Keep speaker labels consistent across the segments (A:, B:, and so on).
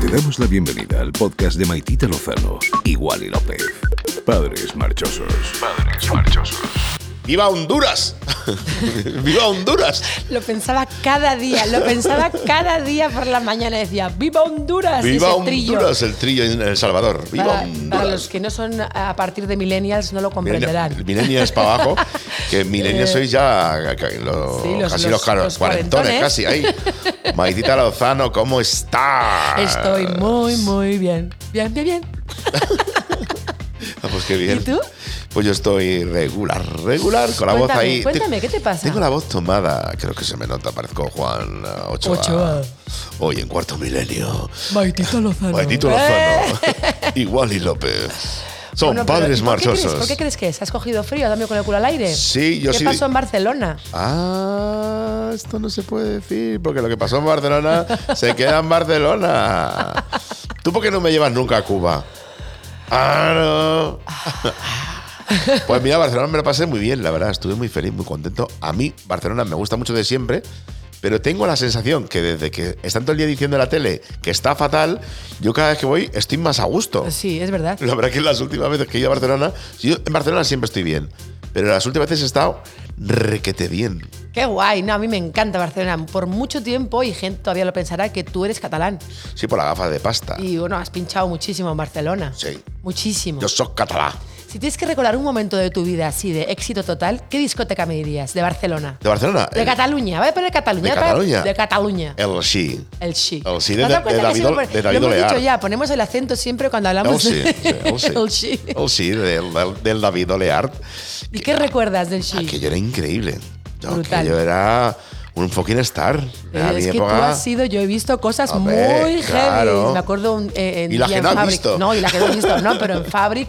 A: Te damos la bienvenida al podcast de Maitita Lozano y Wally López. Padres marchosos. Padres marchosos.
B: ¡Viva Honduras! ¡Viva Honduras!
C: Lo pensaba cada día, lo pensaba cada día por la mañana. Decía, ¡Viva Honduras!
B: ¡Viva
C: ese
B: Honduras! El trillo en El Salvador.
C: Trillo.
B: ¡Viva
C: Para, para
B: Honduras!
C: los que no son a partir de millennials, no lo comprenderán. Eh,
B: Milenias para abajo, que milenias sois ya ca- los-
C: sí, los-
B: casi los,
C: los-
B: caro-
C: los
B: cuarentones,
C: cuarentones.
B: casi ahí. Maitita Lozano, ¿cómo estás?
C: Estoy muy, muy bien. Bien, bien, bien.
B: Ah, Pues qué bien.
C: ¿Y tú?
B: Pues yo estoy regular, regular, con la voz
C: Cuéntame,
B: ahí. Te-
C: cuéntame, ¿qué te pasa?
B: Tengo la voz tomada, creo que se me nota, parezco Juan eh, Ochoa.
C: Ochoa.
B: Hoy en Cuarto Milenio.
C: Maitito Lozano. Eh.
B: Maitito Lozano. Igual y López. Son
C: Bueno, pero,
B: padres
C: ¿y por qué crees?
B: marchosos.
C: ¿Por qué crees que es? ¿Has cogido frío? Dame con el culo al aire.
B: Sí, yo
C: ¿Qué
B: sí.
C: pasó en Barcelona?
B: Ah, esto no se puede decir, porque lo que pasó en Barcelona se queda en Barcelona. ¿Tú por qué no me llevas nunca a Cuba? Ah, no. Pues mira, Barcelona me lo pasé muy bien, la verdad, estuve muy feliz, muy contento. A mí, Barcelona me gusta mucho de siempre, pero tengo la sensación que desde que están todo el día diciendo en la tele que está fatal, yo cada vez que voy estoy más a gusto.
C: Sí, es verdad.
B: La verdad que las últimas veces que he ido a Barcelona, yo en Barcelona siempre estoy bien, pero las últimas veces he estado requete bien.
C: Qué guay. No, a mí me encanta Barcelona. Por mucho tiempo, y gente todavía lo pensará, que tú eres catalán.
B: Sí, por la gafa de pasta.
C: Y bueno, has pinchado muchísimo en Barcelona.
B: Ah. Sí.
C: Muchísimo.
B: Yo soy catalán.
C: Si tienes que recordar un momento de tu vida así de éxito total, ¿qué discoteca me dirías? De Barcelona.
B: ¿De Barcelona?
C: De
B: El-
C: Cataluña. Voy a poner Cataluña.
B: eh, ¿De
C: voy a poner-
B: Cataluña?
C: De Cataluña.
B: El sí.
C: El sí.
B: El sí
C: ¿Te
B: de-
C: has dado
B: de
C: cuenta que
B: David
C: siempre-
B: Ol- de David
C: lo hemos
B: Olear.
C: dicho ya, ponemos el acento siempre cuando
B: El
C: hablamos
B: sí.
C: de-
B: sí, Oh, El sí.
C: el sí.
B: El sí del, del- del David Oleart.
C: ¿Y
B: ah,
C: qué recuerdas del sí?
B: Aquello era increíble. Yo,
C: Brutal.
B: aquello era un fucking star. Era mi
C: Eh, es que tú
B: época.
C: has sido, yo he visto cosas
B: Hombre,
C: muy
B: claro.
C: heavy. Me acuerdo un- eh, en,
B: Y las
C: ya
B: que
C: en
B: no has
C: Fabric.
B: visto.
C: No, y la que no he visto, no, pero en Fabric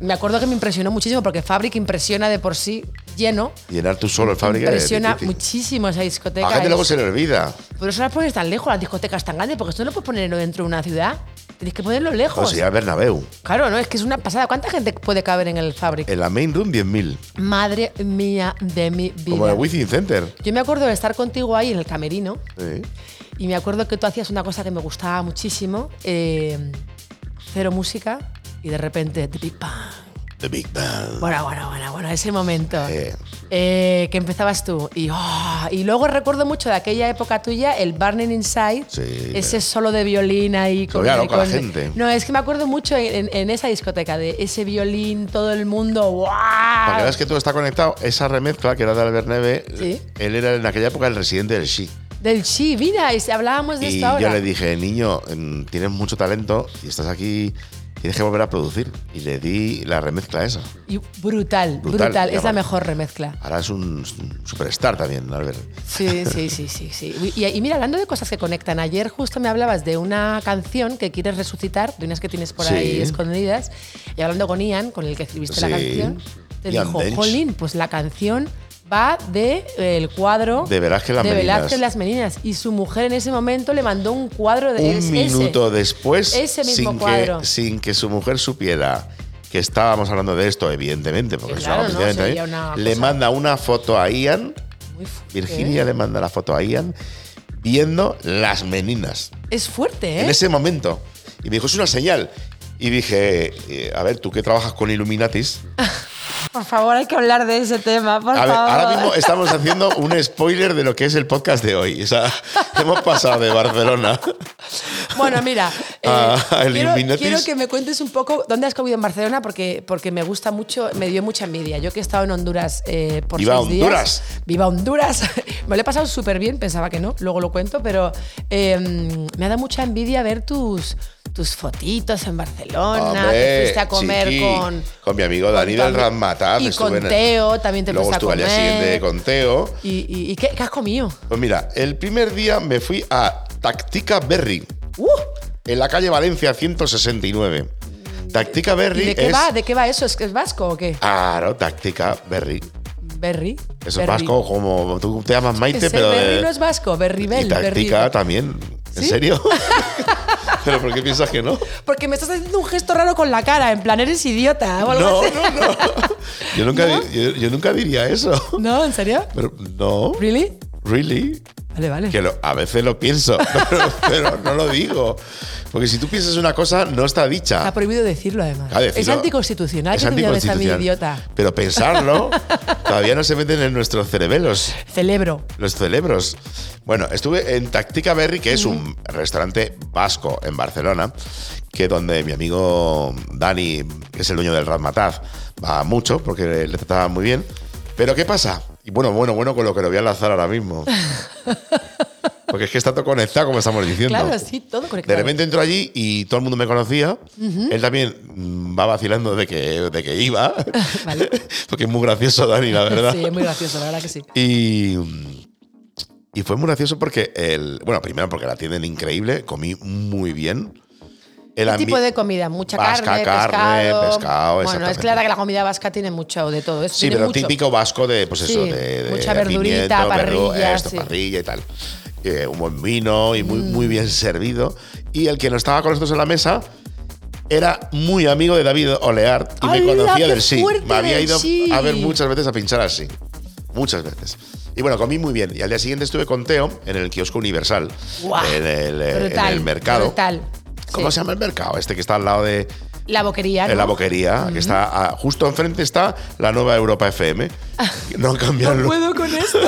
C: me acuerdo que me impresionó muchísimo porque Fabric impresiona de por sí lleno.
B: Llenar tú solo el fábrica. era
C: Impresiona
B: difícil.
C: muchísimo esa discoteca.
B: A la gente luego
C: es-
B: se le olvida.
C: Pero eso no las pones tan lejos, las discotecas tan grandes, porque esto no lo puedes poner dentro de una ciudad. Tienes que ponerlo
B: O
C: lejos.
B: sea, el Pues Bernabéu.
C: Claro, no, es que es una pasada. ¿Cuánta gente puede caber en el Fabric?
B: En la main room 10.000.
C: Madre mía de mi
B: Como
C: vida.
B: el Within Center.
C: Yo me acuerdo de estar contigo ahí en el camerino
B: Sí.
C: y me acuerdo que tú hacías una cosa que me gustaba muchísimo, eh, cero música y de repente, de Big Bang.
B: The Big Bang.
C: Bueno, bueno, bueno, bueno, ese momento.
B: Eh.
C: Eh, que empezabas tú. Y, ah, y luego recuerdo mucho de aquella época tuya, el Burning Inside.
B: Sí.
C: ese solo de violín ahí.
B: volvía loca la gente.
C: No, es que me acuerdo mucho en, en- en esa discoteca de ese violín, todo el mundo. ¡Wow!
B: Para que veas que todo está conectado, esa remezcla que era de Albert Neve,
C: Sí.
B: él era en aquella época el residente del Shi.
C: Del chi, mira, es- hablábamos de
B: Y
C: esto Pues ahora.
B: yo le dije, niño, mm, tienes mucho talento y estás aquí, tienes que volver a producir. Y le di la remezcla esa.
C: Y brutal, brutal,
B: Brutal, y
C: es la
B: aparte-
C: mejor remezcla.
B: Ahora es un un superstar también, Albert.
C: Sí, sí, sí, sí, sí. Y, y mira, hablando de cosas que conectan, ayer justo me hablabas de una canción que quieres resucitar, de unas que tienes por
B: Sí.
C: ahí escondidas, y hablando con Ian, con el que escribiste
B: Sí.
C: la canción, te
B: Ian
C: dijo,
B: Dench.
C: Jolín, pues la canción va de eh, el cuadro
B: De Velázquez Las
C: de
B: Meninas".
C: Velázquez Las Meninas. Y su mujer en ese momento le mandó un cuadro de
B: Un
C: Pues es ese.
B: minuto después,
C: Ese mismo
B: sin,
C: cuadro.
B: Que, sin que su mujer supiera que estábamos hablando de esto, evidentemente, porque
C: Sí,
B: es
C: claro,
B: una
C: no,
B: oficina de
C: sería
B: internet,
C: una
B: le
C: cosa-
B: manda una foto a Ian,
C: Muy fuerte,
B: Virginia
C: ¿eh?
B: le manda la foto a Ian, viendo las meninas.
C: Es fuerte, ¿eh?
B: en ese momento. Y me dijo, es una señal. Y dije, eh, a ver, tú que trabajas con Illuminatis.
C: Por favor, hay que hablar de ese tema, por
B: A ver,
C: favor.
B: ahora mismo estamos haciendo un spoiler de lo que es el podcast de hoy. O sea, hemos pasado de Barcelona.
C: Pues Bueno, mira, eh,
B: Ah, el
C: quiero,
B: Illuminatis.
C: quiero que me cuentes un poco dónde has comido en Barcelona, porque, porque me gusta mucho, me dio mucha envidia. Yo que he estado en Honduras eh, por
B: ¡Viva
C: seis días.
B: Honduras!
C: ¡Viva Honduras! me lo he pasado súper bien, pensaba que no, luego lo cuento, pero eh, me ha dado mucha envidia ver tus, tus fotitos en Barcelona,
B: Hombre,
C: te fuiste a comer
B: chiqui,
C: con...
B: Con mi amigo
C: con
B: Dani
C: tu
B: del
C: ami-
B: Ramataz.
C: Y
B: estuve
C: con
B: en el-
C: Teo también te
B: Luego
C: fuiste a
B: estuve al
C: comer.
B: día siguiente con Teo.
C: ¿Y, y- y qué, qué has comido?
B: Pues mira, el primer día me fui a Tactica Berry,
C: ¡Uh!
B: en la calle Valencia 169. Tactica
C: ¿Y
B: Berry
C: de qué,
B: es...
C: va, de qué va eso? ¿Es que es vasco o qué?
B: Claro, Tactica Berry.
C: Berry.
B: Eso
C: Berry.
B: es vasco, como tú te llamas Maite,
C: Ese
B: pero.
C: Berry
B: de-
C: no es vasco, Berribel.
B: y táctica
C: Berri.
B: también. ¿En
C: ¿Sí?
B: serio? ¿Pero por qué piensas que no?
C: Porque me estás haciendo un gesto raro con la cara, en plan, eres idiota. o algo
B: No,
C: así.
B: no, no. Yo nunca, di- Yo, yo nunca diría eso.
C: ¿No? ¿En serio?
B: Pero no.
C: ¿Really?
B: Really?
C: Vale, vale.
B: Que lo- a veces lo pienso, pero, pero no lo digo. Porque si tú piensas una cosa, no está dicha.
C: Está prohibido decirlo, además.
B: Claro,
C: es
B: decirlo-
C: anticonstitucional
B: es
C: que tú me llames a mí
B: anticonstitucional.
C: idiota.
B: Pero pensarlo todavía no se meten en nuestros cerebelos.
C: Celebro.
B: Los celebros. Bueno, estuve en Tactica Berry, que es un restaurante vasco en Barcelona, que donde mi amigo Dani, que es el dueño del Razmataz, va mucho porque le, le trataba muy bien. Pero ¿qué pasa? Y bueno, bueno, bueno, con lo que lo voy a lanzar ahora mismo. Porque es que está todo conectado, como estamos diciendo.
C: Claro, sí, todo
B: De
C: conectado.
B: repente entro allí y todo el mundo me conocía. Él también mm, va vacilando de que, de que iba.
C: Vale.
B: Porque es muy gracioso, Dani, la verdad.
C: Sí, es muy gracioso, la verdad que sí.
B: Y, y fue muy gracioso porque el. Bueno, primero porque la tienen increíble, comí muy bien. El
C: ¿Qué
B: ambi-
C: tipo de comida? Mucha
B: Vasca,
C: carne,
B: carne,
C: pescado.
B: pescado,
C: bueno, es
B: exactamente.
C: clara que la comida vasca tiene mucho de todo eso.
B: Sí,
C: tiene
B: pero
C: mucho.
B: típico vasco de, pues eso,
C: Sí,
B: de, de
C: mucha verdurita,
B: verdu-
C: parrilla,
B: esto,
C: sí. Mm.
B: parrilla y tal. Eh, un buen vino y muy, muy bien servido. Y el que no estaba con nosotros en la mesa era muy amigo de David Olear y me
C: ¡Hala,
B: conocía
C: qué
B: del sí.
C: fuerte
B: Me había
C: del
B: ido
C: sí!
B: a ver muchas veces a pinchar así. Muchas veces. Y bueno, comí muy bien. Y al día siguiente estuve con Teo en el kiosco Universal,
C: Guau,
B: en, el, eh, en
C: brutal,
B: el mercado.
C: brutal.
B: ¿Cómo
C: Sí.
B: se llama el mercado? Este que está al lado de,
C: La boquería. ¿no?
B: en la boquería, que está ah, justo enfrente está la nueva Europa FM. No han cambiado. el
C: No
B: lu-
C: puedo con esto.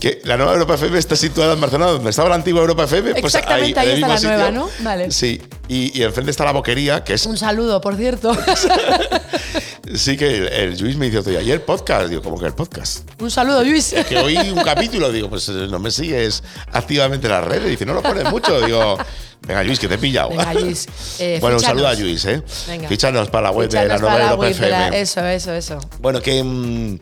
B: que la nueva Europa FM está situada en Barcelona, donde estaba la antigua Europa FM. pues
C: Exactamente,
B: ahí,
C: ahí
B: en el
C: está
B: mismo
C: la
B: sitio.
C: nueva, ¿no? Vale.
B: Sí. Y, y enfrente está la boquería, que es.
C: Un saludo, por cierto.
B: Sí, que el, el Luis me dice otro día, ¿y el podcast? Digo, ¿cómo que el podcast?
C: Un saludo, Luis.
B: Que oí un capítulo, digo, pues eh, no me sigues activamente en las redes. Dice, no lo pones mucho. Digo, venga, Luis, que te he pillado.
C: Venga, Luis, eh,
B: bueno, un saludo a
C: fíchanos.
B: Luis, ¿eh?
C: Venga.
B: Fichanos para la web de la
C: Ficharnos
B: nueva
C: para la
B: Europa
C: web de
B: FM.
C: la- Eso, eso, eso.
B: Bueno, que, mm,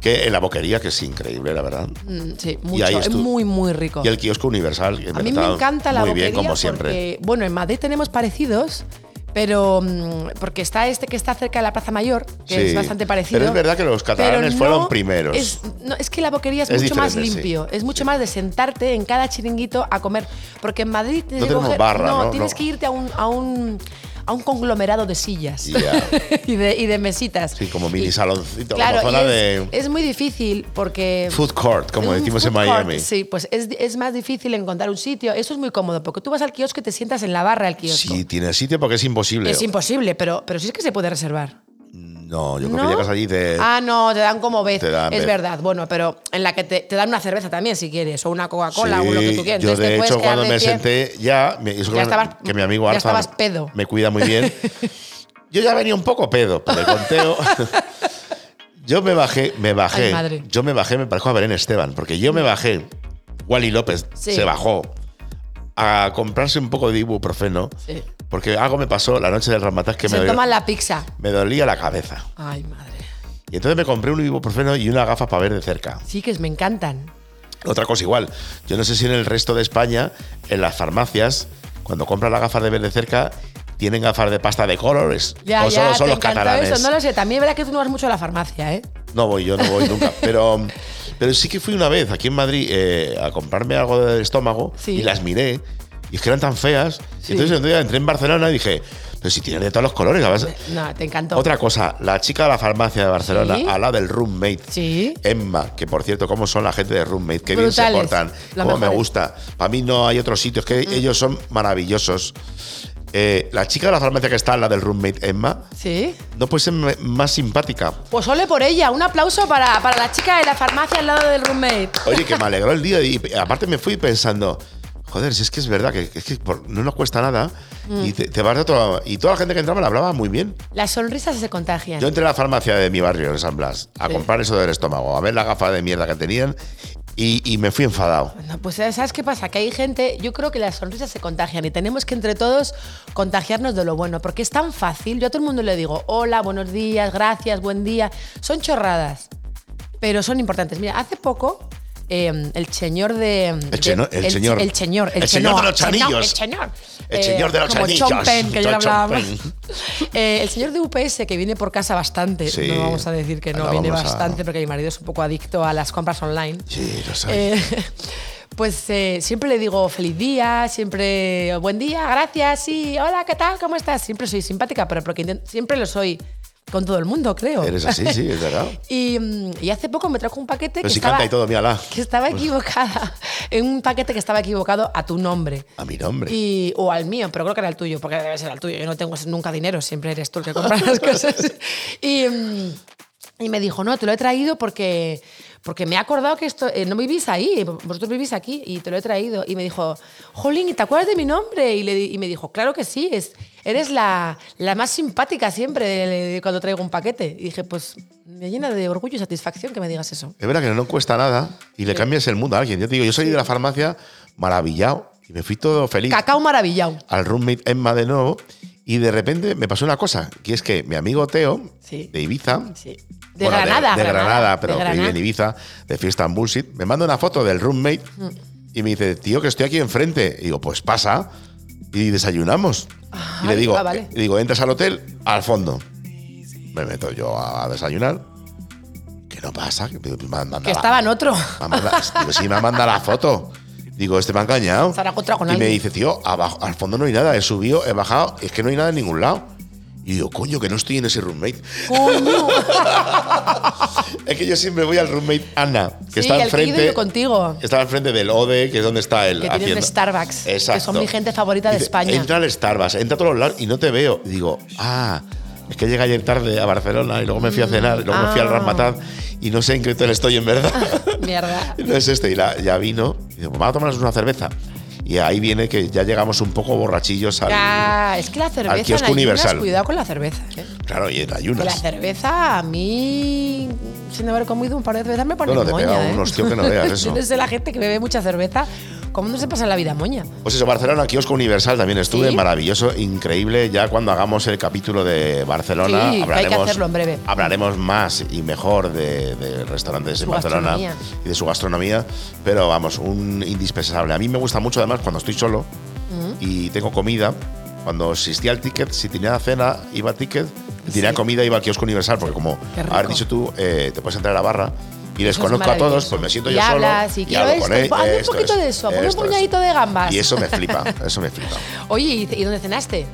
B: que en la boquería, que es increíble, la verdad.
C: Mm, Sí,
B: Y ahí
C: mucho. Es
B: estuvo.
C: muy, muy rico.
B: Y el kiosco universal. que
C: A mí me
B: trataron
C: encanta la
B: Muy
C: boquería
B: bien, como
C: porque,
B: siempre.
C: bueno, en Madrid tenemos parecidos, pero mm, porque está este que está cerca de la Plaza Mayor, que
B: Sí,
C: es bastante parecido.
B: pero es verdad que los catalanes
C: pero
B: fueron primeros.
C: Es, no, es que la boquería es,
B: Es
C: mucho más
B: diferente, sí.
C: limpio, es mucho más de sentarte en cada chiringuito a comer, porque en Madrid tienes que
B: tenemos
C: coger-
B: barra, ¿no?
C: tienes
B: No.
C: que irte a un, a un a un conglomerado de sillas
B: Ya.
C: y, de, y de mesitas.
B: Sí, como mini
C: Y-
B: saloncito,
C: Claro,
B: como
C: y
B: zona
C: es,
B: de
C: es muy difícil porque
B: food court, como
C: un
B: decimos en
C: food court,
B: Miami.
C: sí, pues es, es más difícil encontrar un sitio. Eso es muy cómodo, porque tú vas al kiosco y te sientas en la barra del kiosco.
B: Sí, tiene sitio porque es imposible.
C: es imposible, pero, pero sí es que se puede reservar.
B: no, yo creo
C: ¿No?
B: que llegas allí y te...
C: ah, no, te dan como vez.
B: Eh, te dan
C: es
B: vez.
C: verdad, bueno, pero en la que te, te dan una cerveza también, si quieres, o una Coca-Cola,
B: Sí,
C: o lo que tú quieras.
B: Yo,
C: Entonces te
B: de
C: puedes
B: hecho,
C: quedar
B: cuando
C: de
B: me
C: pie.
B: senté, ya. me- eso
C: Ya
B: que,
C: estabas-
B: que mi amigo
C: ya
B: Arza
C: estabas pedo.
B: me cuida muy bien. yo ya venía un poco pedo, pero el conteo. yo me bajé, me bajé.
C: Ay, madre.
B: Yo me bajé, me parezco a Belén Esteban, porque yo me bajé. Wally López
C: Sí.
B: se bajó a comprarse un poco de ibuprofeno,
C: Sí.
B: porque algo me pasó la noche del Ramataz que me,
C: Se
B: dolió-
C: toman la pizza.
B: me dolía la cabeza.
C: Ay, madre.
B: Y entonces me compré un ibuprofeno y una gafa para ver de cerca.
C: Sí, que me encantan.
B: Otra cosa igual, yo no sé si en el resto de España, en las farmacias, cuando compras las gafas de ver de cerca, tienen gafas de pasta de colores.
C: Ya,
B: o
C: ya,
B: solo son
C: te
B: los
C: encantó
B: catalanes.
C: eso. No lo sé, también es verdad que tú no vas mucho a la farmacia, ¿eh?
B: No voy, yo no voy nunca. Pero, pero sí que fui una vez aquí en Madrid eh, a comprarme algo del estómago
C: Sí.
B: y las miré. Y es que eran tan feas. Y entonces un día entré en Barcelona y dije, pero si tienen de todos los colores. además-
C: No, te encantó.
B: Otra cosa, la chica de la farmacia de Barcelona,
C: Sí.
B: a la del roommate.
C: Sí.
B: Emma, que por cierto, cómo son la gente de Roommate, qué bien se
C: Brutales,
B: portan,
C: la Mm.
B: cómo me
C: mejores.
B: gusta. Para mí no hay otros sitios, que ellos son maravillosos. Eh, la chica de la farmacia que está, la del Roommate, Emma,
C: Sí.
B: no puede ser me- más simpática.
C: Pues ole por ella. Un aplauso para, para la chica de la farmacia al lado del roommate.
B: Oye, que me alegró el día y aparte me fui pensando, joder, si es que es verdad, que, que es que por- no nos cuesta nada
C: Mm.
B: y te, te vas de otro lado. Y toda la gente que entraba la hablaba muy bien.
C: Las sonrisas se contagian.
B: Yo entré a la farmacia de mi barrio, en San Blas, a
C: Sí.
B: comprar eso del estómago, a ver la gafa de mierda que tenían y, y me fui enfadado.
C: No, pues ¿sabes qué pasa? Que hay gente, yo creo que las sonrisas se contagian y tenemos que entre todos contagiarnos de lo bueno, porque es tan fácil. Yo a todo el mundo le digo, hola, buenos días, gracias, buen día. Son chorradas, pero son importantes. Mira, hace poco eh, el señor de... de-
B: cheno- el señor.
C: El señor.
B: El señor
C: chenoa,
B: de los
C: chenoa,
B: chanillos.
C: El señor. eh,
B: El señor de los
C: como
B: chanillos.
C: Chompen, que yo
B: Yo,
C: hablaba.
B: Chompen.
C: Eh, el señor de UPS, que viene por casa bastante,
B: Sí.
C: no vamos a decir que no,
B: No,
C: viene
B: vamos a-
C: bastante porque mi marido es un poco adicto a las compras online.
B: Sí, lo soy.
C: Eh, pues eh, siempre le digo feliz día, siempre buen día, gracias, sí, hola, ¿qué tal? ¿Cómo estás? Siempre soy simpática, pero porque inten- siempre lo soy con todo el mundo, creo.
B: Eres así, sí, es verdad.
C: Y, mm, y hace poco me trajo un paquete
B: Pero
C: que,
B: si
C: estaba,
B: canta y todo, Pues mírala.
C: que estaba equivocada. En un paquete que estaba equivocado a tu nombre.
B: A mi nombre.
C: Y, o al mío, pero creo que era el tuyo, porque debe ser el tuyo. Yo no tengo nunca dinero, siempre eres tú el que compra las cosas. Y, mm, y me dijo, no, te lo he traído porque, porque me he acordado que esto, eh, no vivís ahí, vosotros vivís aquí, y te lo he traído. Y me dijo, Jolín, ¿y te acuerdas de mi nombre? Y, le, di- y me dijo, claro que sí, es, eres la, la más simpática siempre de- de cuando traigo un paquete. Y dije, pues me llena de orgullo y satisfacción que me digas eso.
B: Es verdad que no, no cuesta nada y le cambias el mundo a alguien. Yo te digo, yo salí de la farmacia maravillado y me fui todo feliz
C: Cacao maravillado.
B: al roommate Emma de nuevo y de repente me pasó una cosa, que es que mi amigo Teo
C: Sí.
B: de Ibiza,
C: Sí. De
B: bueno,
C: Granada.
B: de, Granada, pero
C: de
B: que vive en Ibiza, de fiesta en Bullshit, me manda una foto del roommate
C: Mm.
B: y me dice, tío, que estoy aquí enfrente. Y digo, pues pasa y desayunamos. y
C: Ay,
B: le digo,
C: ah, vale.
B: y digo, entras al hotel, al fondo. Me meto yo a, desayunar. Que no pasa, que "Pues me manda
C: Que estaba en otro.
B: me manda- digo, sí, me manda la foto. Digo, este me ha engañado.
C: Se habrá encontrado con
B: y me
C: alguien.
B: dice, tío, abajo, al fondo no hay nada. He subido, he bajado, es que no hay nada en ningún lado. Y digo, coño, que no estoy en ese roommate.
C: Coño.
B: Es que yo siempre voy al roommate Ana, que
C: Sí,
B: está
C: el que he
B: enfrente.
C: ido yo contigo.
B: Está enfrente del ODE, que es donde está él.
C: Que tiene
B: haciendo.
C: un Starbucks, que son
B: Exacto.
C: mi gente favorita de
B: Dice,
C: España.
B: Entra al Starbucks, entra a todos los lados y no te veo. Y digo, ah, es que llegué ayer tarde a Barcelona y luego me fui a cenar, y luego me fui al
C: ah.
B: Ramatad y no sé en qué hotel estoy en verdad.
C: Mierda.
B: No es este. Y la- ya vino. Y digo, vamos a tomarnos una cerveza. Y ahí viene que ya llegamos un poco borrachillos al.
C: Ya, es que la cerveza. en
B: kiosco
C: ayunas,
B: universal.
C: Cuidado con la cerveza. ¿eh?
B: Claro, y en
C: Con la
B: ayunas.
C: cerveza, a mí, sin haber comido un par de cervezas, me pone
B: No, no, te
C: moña.
B: pega
C: ¿eh?
B: un hostio que no veas eso.
C: Yo no sé la gente que bebe mucha cerveza, ¿cómo no se pasa la vida moña?
B: Pues eso, Barcelona, kiosco universal también estuve,
C: Sí.
B: maravilloso, increíble. Ya cuando hagamos el capítulo de Barcelona,
C: Sí, hay que hacerlo en breve.
B: hablaremos más y mejor de, de restaurantes en
C: Su
B: Barcelona
C: gastronomía.
B: y de su gastronomía. Pero vamos, un indispensable. A mí me gusta mucho además cuando estoy solo
C: Mm.
B: y tengo comida. Cuando existía el ticket, si tenía cena, iba al ticket, si tenía
C: Sí.
B: comida, iba al kiosco universal, porque como
C: Qué rico.
B: has dicho tú, eh, te puedes entrar a la barra. Y les
C: Eso es
B: conozco a todos,
C: maravilloso.
B: pues me siento
C: Y
B: yo solo.
C: hablas, y quiero
B: hablo
C: esto,
B: con él,
C: pon un
B: esto
C: poquito
B: es,
C: de eso, pon un
B: esto es.
C: puñadito de gambas.
B: Y eso me flipa, eso me flipa.
C: Oye, ¿y y dónde cenaste?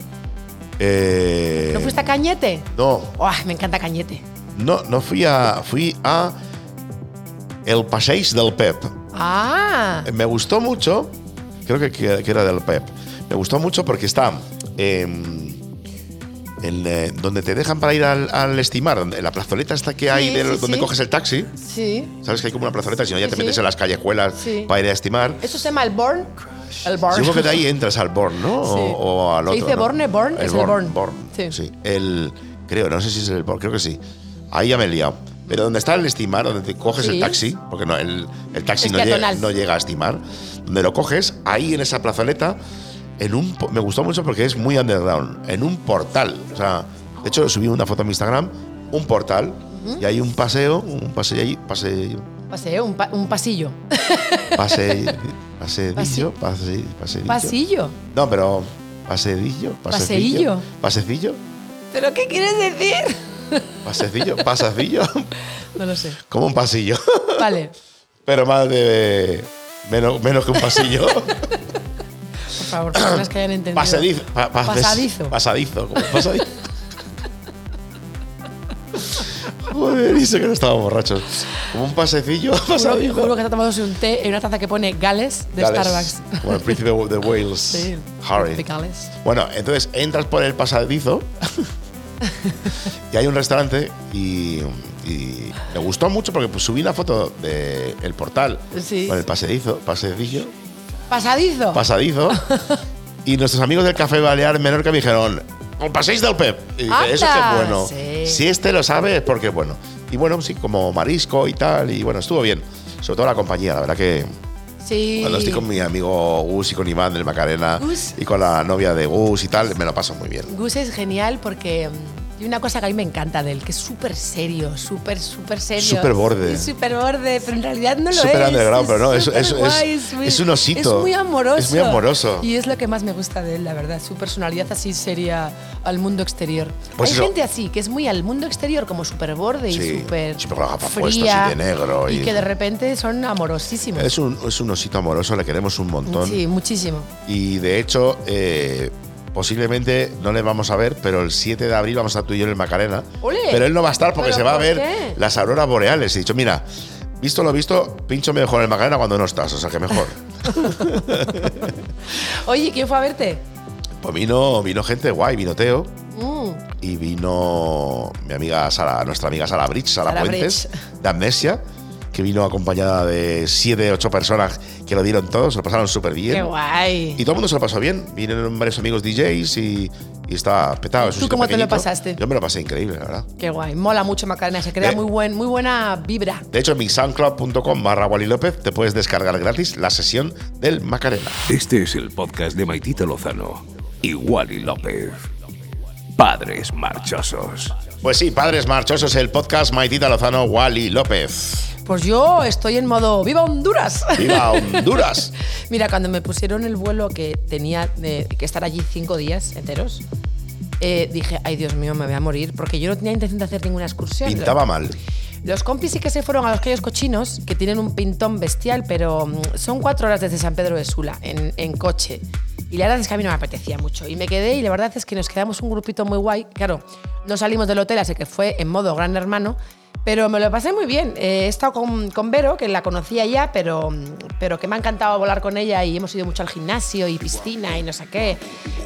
B: Eh,
C: ¿No fuiste a Cañete?
B: no,
C: Uah, me encanta Cañete.
B: no, no fui a. Fui a. El Passeig del Pep.
C: Ah,
B: Me gustó mucho. Creo que, que- que era del Pep. Me gustó mucho porque está. eh, en, eh, donde te dejan para ir al, al estimar, donde- en la plazoleta esta que hay
C: Sí,
B: del-
C: sí,
B: donde
C: sí.
B: coges el taxi.
C: sí.
B: Sabes que hay como una plazoleta, si no ya
C: Sí,
B: te metes
C: sí.
B: en las callejuelas
C: Sí.
B: para ir a estimar.
C: ¿Eso se llama el Born? El Born.
B: Yo creo que de ahí entras al Born, ¿no? O,
C: Sí.
B: o al
C: Se
B: otro.
C: dice
B: ¿no?
C: Born, eh, Born, es el Born.
B: Sí.
C: Sí.
B: El, creo, no sé si es el Born, creo que sí. Ahí ya me he liado. Pero donde está el estimar, donde te coges el
C: Sí.
B: taxi, porque no, el, el taxi
C: Es
B: no llega,
C: peatonal.
B: no llega a estimar, donde lo coges, ahí en esa plazoleta, en un, po- me gustó mucho porque es muy underground, en un portal. O sea, de hecho, subí una foto a mi Instagram, un portal, y hay un paseo, un paseo allí, paseo,
C: Paseo, un, pa- un pasillo.
B: paseo, paseillo, pase, paseillo.
C: ¿Pasillo?
B: No, pero paseillo, pasecillo, pasecillo,
C: ¿Pero qué quieres decir?
B: pasecillo, pasacillo,
C: No lo sé.
B: como un pasillo,
C: Vale,
B: pero más de menos, menos que un pasillo,
C: por favor, personas que hayan entendido.
B: pasadizo, pa- pa-
C: Pasadizo.
B: pasadizo, como un pasadizo. Joder, y sé que no estábamos borrachos, como un pasecillo,
C: Juro,
B: pasadizo.
C: juro que está tomándose un té en una taza que pone Gales de
B: Gales,
C: Starbucks.
B: Como el príncipe de Wales,
C: Sí,
B: Harry.
C: de Gales.
B: Bueno, entonces entras por el pasadizo y hay un restaurante y, y me gustó mucho porque pues, subí una foto del portal
C: Sí. Ah.
B: con el pasadizo, pasadizo,
C: ¿Pasadizo?
B: pasadizo y nuestros amigos del Café Balear en Menorca me dijeron, "Os paséis del PEP. Y dije, eso es que
C: Anda,
B: bueno.
C: sí.
B: Si este lo sabe es porque es bueno. Y bueno, sí, como marisco y tal, y bueno, estuvo bien. Sobre todo la compañía, la verdad que
C: sí.
B: cuando estoy con mi amigo Gus y con Iván del Macarena
C: Gus.
B: y con la novia de Gus y tal, me lo paso muy bien.
C: Gus es genial porque mm, hay una cosa que a mí me encanta de él, que es súper serio, súper, súper serio.
B: Súper borde.
C: Es Súper borde, pero en realidad no lo es.
B: Súper underground, pero no, es-
C: súper
B: es- es-
C: guay, es muy-
B: es un osito.
C: Es muy amoroso.
B: Es muy amoroso.
C: Y es lo que más me gusta de él, la verdad. Su personalidad así seria al mundo exterior.
B: Pues
C: hay
B: eso.
C: gente así, que es muy al mundo exterior, como súper borde
B: Sí,
C: y súper
B: siempre con las gafas
C: fría,
B: puestas y de negro
C: Y,
B: y-
C: que de repente son amorosísimos.
B: Es un, es un osito amoroso, le queremos un montón.
C: sí, muchísimo.
B: Y de hecho, eh, Posiblemente no le vamos a ver, pero el 7 de abril vamos a estar tú y yo en el Macarena.
C: ¡Ole!
B: Pero él no va a estar porque
C: ¿Pero
B: se va a
C: por
B: ver
C: qué?
B: las auroras boreales. He dicho, mira, visto lo visto, pincho mejor en el Macarena cuando no estás, o sea que mejor.
C: Oye, ¿quién fue a verte?
B: pues vino, vino gente guay, vino Teo
C: Mm,
B: y vino mi amiga Sara, nuestra amiga Sara Bridge, Sara,
C: Sara
B: Puentes, de Amnesia, que vino acompañada de 7, 8 personas que lo dieron todo, se lo pasaron súper bien.
C: ¡Qué guay!
B: Y todo el mundo se lo pasó bien. Vinieron varios amigos DJs y, y estaba petado. Es un
C: ¿Tú
B: sitio
C: cómo te lo
B: pequeñito.
C: pasaste?
B: Yo me lo pasé increíble, la verdad.
C: Qué guay, mola mucho Macarena, se crea
B: Eh.
C: muy, buen, muy buena vibra.
B: De hecho, en mi soundcloud.com barra Wally López te puedes descargar gratis la sesión del Macarena.
A: Este es el podcast de Maitita Lozano y Wally López. Padres marchosos.
B: Pues sí, Padres Marchosos, el podcast Maitita Lozano, Wally López.
C: Pues yo estoy en modo ¡Viva Honduras!
B: ¡Viva Honduras!
C: Mira, cuando me pusieron el vuelo que tenía de- que estar allí cinco días enteros, eh, dije, ay Dios mío, me voy a morir, porque yo no tenía intención de hacer ninguna excursión.
B: Pintaba mal.
C: Los compis sí que se fueron a los callos cochinos, que tienen un pintón bestial, pero mm, son cuatro horas desde San Pedro de Sula, en, en coche. Y la verdad es que a mí no me apetecía mucho. Y me quedé, y la verdad es que nos quedamos un grupito muy guay. Claro, no salimos del hotel, así que fue en modo gran hermano. Pero me lo pasé muy bien. Eh, he estado con, con Vero, que la conocía ya, pero, mm, pero que me ha encantado volar con ella y hemos ido mucho al gimnasio y piscina y no sé qué.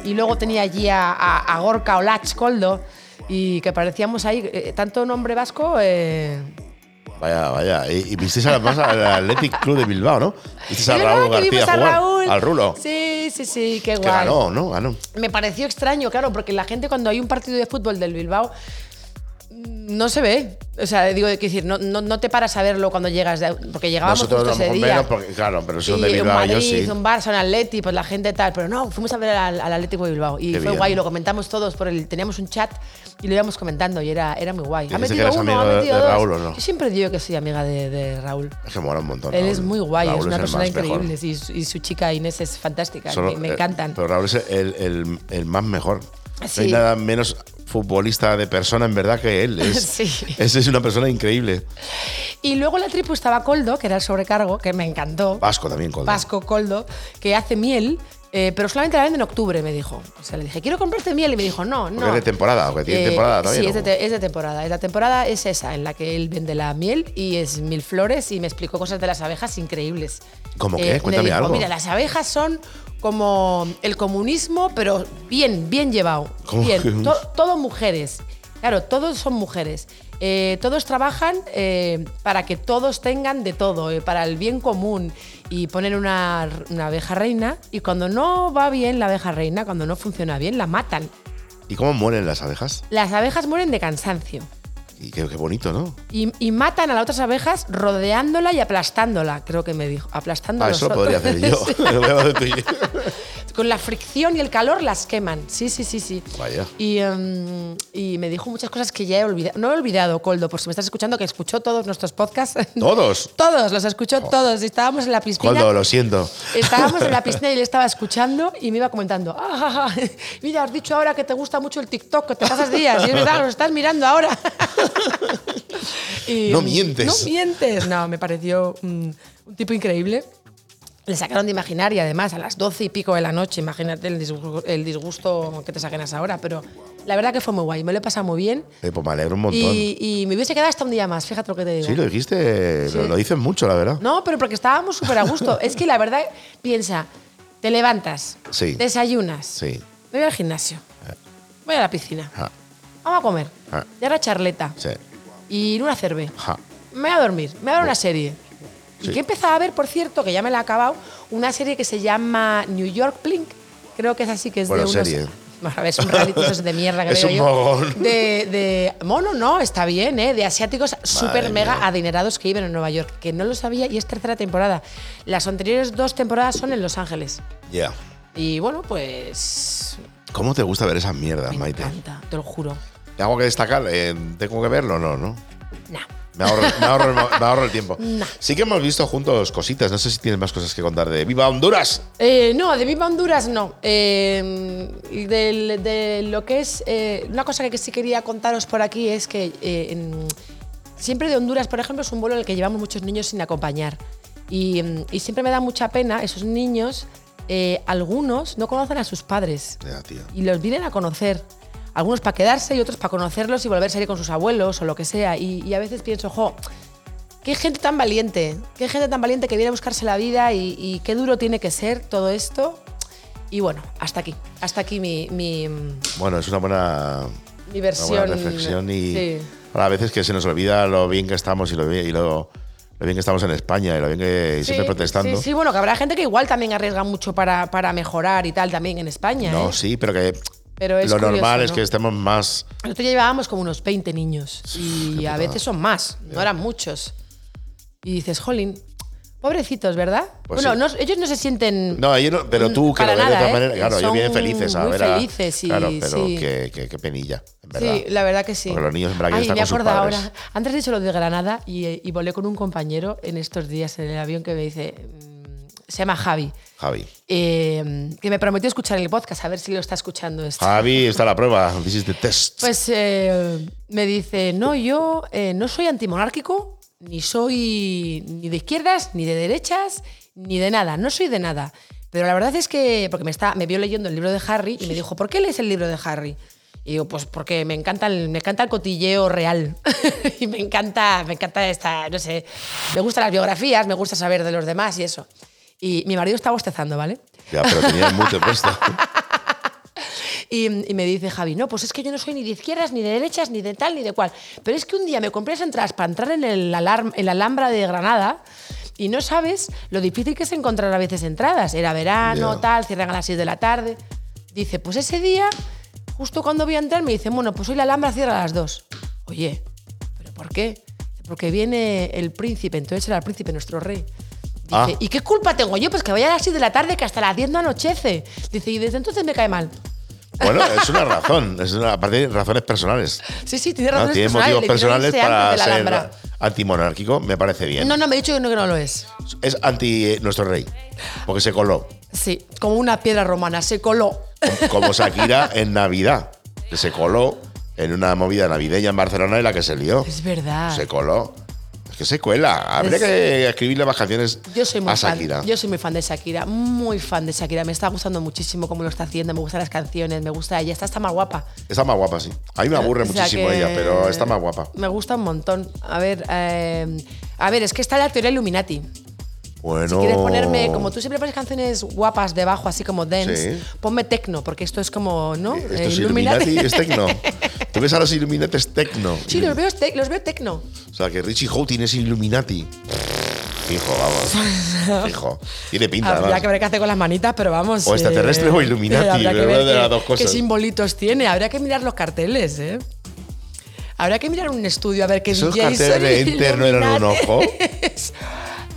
C: Y luego tenía allí a, a, a Gorka Olach Coldo y que parecíamos ahí, eh, tanto nombre vasco, eh,
B: Vaya, vaya. Y, y visteis además al Athletic Club de Bilbao, ¿no? Visteis a
C: Es verdad
B: Raúl
C: que
B: García
C: vimos a
B: jugar.
C: Raúl.
B: Al Rulo.
C: Sí, sí, sí, qué
B: Que
C: guay.
B: ganó, ¿no? Ganó.
C: Me pareció extraño, claro, porque la gente cuando hay un partido de fútbol del Bilbao mm, no se ve. O sea, digo, quiero decir, no, no, no te paras a verlo cuando llegas, de- porque llegábamos
B: Nosotros
C: justo
B: lo
C: ese
B: mejor
C: día.
B: menos, porque, claro, pero
C: Sí,
B: son de
C: un
B: Bilbao,
C: Madrid,
B: yo sí.
C: un Barça, un Atleti, pues la gente tal. Pero no, fuimos a ver al, al Atlético de Bilbao y
B: Qué
C: fue
B: bien.
C: guay. Lo comentamos todos por el, teníamos un chat y lo íbamos comentando y era, era muy guay.
B: ¿Y dice que eres
C: uno,
B: amigo
C: ha
B: de-
C: metido
B: de
C: dos.
B: Raúl o no?
C: Yo siempre digo que soy amiga de, de Raúl.
B: Es que mola un montón.
C: Él
B: Raúl.
C: es muy guay,
B: Raúl
C: es una
B: el
C: persona
B: más mejor.
C: increíble sí, y, su, y su chica Inés es fantástica,
B: Solo-
C: me, me
B: eh,
C: encantan.
B: Pero Raúl es el, el- el más mejor.
C: Sí.
B: No hay nada menos futbolista de persona en verdad que él. Es,
C: Sí.
B: Ese es una persona increíble.
C: Y luego en la tripu estaba Coldo, que era el sobrecargo, que me encantó.
B: Vasco también, con
C: Vasco Coldo, que hace miel, eh, pero solamente la vende en octubre, me dijo. O sea, le dije, quiero comprarte miel y me dijo, no,
B: Porque
C: no.
B: es de temporada, porque tiene
C: Eh,
B: temporada todavía.
C: Sí, es de,
B: ¿no?
C: te- es de temporada. La temporada es esa, en la que él vende la miel y es mil flores y me explicó cosas de las abejas increíbles.
B: ¿Cómo qué?
C: me
B: Cuéntame
C: dijo,
B: algo.
C: Mira, las abejas son como el comunismo, pero bien, bien llevado.
B: ¿Cómo que
C: Bien,
B: un-
C: To- todo mujeres. Claro, todos son mujeres. Eh, todos trabajan eh, para que todos tengan de todo, eh, para el bien común. Y ponen una, una abeja reina y cuando no va bien la abeja reina, cuando no funciona bien, la matan.
B: ¿Y cómo mueren las abejas?
C: Las abejas mueren de cansancio
B: Y qué, qué bonito, ¿no?
C: y, y matan a las otras abejas rodeándola y aplastándola, creo que me dijo. Aplastándola.
B: Ah, eso lo podría hacer yo. Lo voy a hacer yo.
C: Con la fricción y el calor las queman. Sí, sí, sí, sí.
B: Vaya.
C: Y, em, y me dijo muchas cosas que ya he olvidado. No he olvidado, Coldo, por si me estás escuchando, que escuchó todos nuestros podcasts.
B: Todos. Oh.
C: todos, los escuchó todos. Y estábamos en la piscina.
B: Coldo, lo siento.
C: Estábamos en la piscina y le estaba escuchando y me iba comentando, "Ah, ah, ah, mira, has dicho ahora que te gusta mucho el TikTok, que te pasas días, y es verdad, lo estás mirando ahora. Y,
B: No
C: mm,
B: mientes.
C: No mientes. No, me pareció mm, un tipo increíble. Le sacaron de Imaginaria, además, a las doce y pico de la noche. Imagínate el disgusto, el disgusto que te saquen a esa hora. Pero la verdad que fue muy guay. Me lo he pasado muy bien.
B: Eh, pues me alegro un montón.
C: Y, y me hubiese quedado hasta un día más, fíjate lo que te digo.
B: Sí, lo dijiste,
C: Sí.
B: Lo, lo dices mucho, la verdad.
C: No, pero porque estábamos súper a gusto. es que la verdad, piensa, te levantas,
B: Sí.
C: desayunas,
B: Sí.
C: me voy al gimnasio, voy a la piscina,
B: Ja,
C: vamos a comer,
B: Ah.
C: y ahora charleta,
B: sí.
C: y una cerve,
B: Ja.
C: me voy a dormir, me voy a ver una serie. Y
B: Sí.
C: que empezaba a ver, por cierto, que ya me la he acabado, una serie que se llama New York Plink. Creo que es así que es
B: Bueno,
C: de unos...
B: serie.
C: Bueno, a ver, es un reality esos de mierda que
B: Es
C: veo
B: un
C: yo.
B: mogón.
C: De, de- mono no, está bien, ¿eh? De asiáticos súper mega
B: mía.
C: adinerados que viven en Nueva York, que no lo sabía y es tercera temporada. Las anteriores dos temporadas son en Los Ángeles.
B: Ya.
C: Y bueno, pues...
B: ¿Cómo te gusta ver esas mierdas,
C: Me
B: Maite?
C: encanta, te lo juro.
B: ¿Algo que destacar? Eh, ¿Tengo que verlo o no? no?
C: Nah.
B: Me ahorro, me ahorro- me ahorro el tiempo.
C: No.
B: Sí que hemos visto juntos cositas. No sé si tienes más cosas que contar de ¡Viva Honduras!
C: Eh, no, de Viva Honduras no. Eh, del- de, lo que es. eh, una cosa que sí quería contaros por aquí es que eh, en- siempre de Honduras, por ejemplo, es un vuelo en el que llevamos muchos niños sin acompañar. Y, mm, y siempre me da mucha pena esos niños eh, algunos no conocen a sus padres
B: Ya, tío.
C: y los vienen a conocer. Algunos para quedarse y otros para conocerlos y volver a salir con sus abuelos o lo que sea. Y, y a veces pienso, jo, qué gente tan valiente, qué gente tan valiente que viene a buscarse la vida y, y qué duro tiene que ser todo esto. Y bueno, hasta aquí, hasta aquí mi, mi, mi
B: Bueno, es una buena, una
C: versión.
B: buena reflexión y
C: Sí.
B: a veces que se nos olvida lo bien que estamos y lo bien, y lo, lo bien que estamos en España y lo bien que y siempre
C: Sí,
B: protestando.
C: Sí, sí, bueno, que habrá gente que igual también arriesga mucho para, para mejorar y tal también en España.
B: no,
C: ¿eh?
B: sí, pero que
C: Pero es
B: lo
C: curioso,
B: normal es
C: ¿no?
B: que estemos más.
C: Nosotros ya llevábamos como unos 20 niños y a veces son más, no eran muchos. Y dices, jolín, pobrecitos, ¿verdad?
B: Pues
C: bueno,
B: sí.
C: no- ellos no se sienten...
B: No, ellos no- pero tú que
C: Para
B: lo ves
C: nada,
B: de otra
C: ¿eh?
B: manera, claro, ellos
C: Son
B: vienen felices a
C: muy
B: ver a-
C: felices y-
B: claro, pero
C: sí.
B: qué, qué- qué penilla, en verdad.
C: Sí, la verdad que sí.
B: Porque los niños en verdad quieren estar
C: Ay, me
B: con sus
C: acuerdo
B: padres.
C: ahora. Antes he dicho lo de Granada y, eh, y volé con un compañero en estos días en el avión que me dice, mm, se llama Javi,
B: Javi.
C: eh, que me prometió escuchar el podcast, a ver si lo está escuchando este esto.
B: Javi, está la prueba. This is the test.
C: Pues eh, me dice, no, yo eh, no soy antimonárquico, ni soy ni de izquierdas, ni de derechas, ni de nada, no soy de nada. Pero la verdad es que, porque me, está, me vio leyendo el libro de Harry y me dijo, ¿por qué lees el libro de Harry? Y digo, pues porque me encanta el, me encanta el cotilleo real. y me encanta, me encanta esta, no sé, me gustan las biografías, me gusta saber de los demás y eso. Y mi marido está bostezando, ¿vale?
B: ya, pero tenía mucho puesto.
C: Y, y me dice Javi, no, pues es que yo no soy ni de izquierdas, ni de derechas, ni de tal, ni de cual. Pero es que un día me compré esas entradas para entrar en el alarm, en la Alhambra de Granada y no sabes lo difícil que es encontrar a veces entradas. Era verano,
B: Ya.
C: tal, cierran a las 6 de la tarde. Dice, pues ese día, justo cuando voy a entrar, me dicen, bueno, pues hoy la Alhambra cierra a las 2. Oye, ¿pero por qué? Porque viene el príncipe, entonces era el príncipe nuestro rey. Dice,
B: Ah.
C: ¿y qué culpa tengo yo? Pues que vaya a las 6 de la tarde, que hasta las 10 no anochece. Dice, y desde entonces me cae mal.
B: Bueno, es una razón. Es una, aparte, razones personales.
C: Sí, sí, tiene
B: Ah,
C: razones
B: tiene
C: personales.
B: motivos personales
C: literalmente
B: para
C: antes de la
B: ser
C: Alhambra.
B: antimonárquico, me parece bien.
C: No, no, me he dicho que no, que no lo es.
B: Es anti eh, nuestro rey, porque se coló.
C: Sí, como una piedra romana, se coló.
B: Como Shakira en Navidad, que se coló en una movida navideña en Barcelona y la que se lió.
C: Es verdad.
B: Se coló. Es que se cuela. Habría
C: Ah. Es-
B: que escribirle más canciones
C: Yo soy muy
B: a Shakira.
C: fan. Yo soy muy fan de Shakira, muy fan de Shakira. Me está gustando muchísimo cómo lo está haciendo. Me gustan las canciones, me gusta ella. Está, está más guapa.
B: Está más guapa, sí. A mí me aburre
C: O sea
B: muchísimo
C: que
B: ella, pero está más guapa.
C: Me gusta un montón. A ver, eh, a ver, es que está la teoría Illuminati.
B: Bueno.
C: Si quieres ponerme, como tú siempre pones canciones guapas debajo, así como dance,
B: Sí.
C: ponme techno, porque esto es como, ¿no?
B: Esto
C: Eh,
B: es Illuminati, es tecno. Tú ves a los Illuminati es tecno.
C: sí, los veo, tec- los veo techno.
B: O sea, que Richie Houghton es Illuminati. Fijo, vamos. Fijo. Tiene pinta,
C: Habrá
B: además.
C: que ver qué hace con las manitas, pero vamos. eh,
B: O extraterrestre o Illuminati,
C: habrá que
B: una
C: ver
B: de
C: qué-
B: las dos cosas.
C: Qué simbolitos tiene. Habrá que mirar los carteles, ¿eh? Habrá que mirar un estudio a ver qué
B: Esos
C: DJs son
B: carteles de Enter no eran un
C: Illuminati.
B: ojo.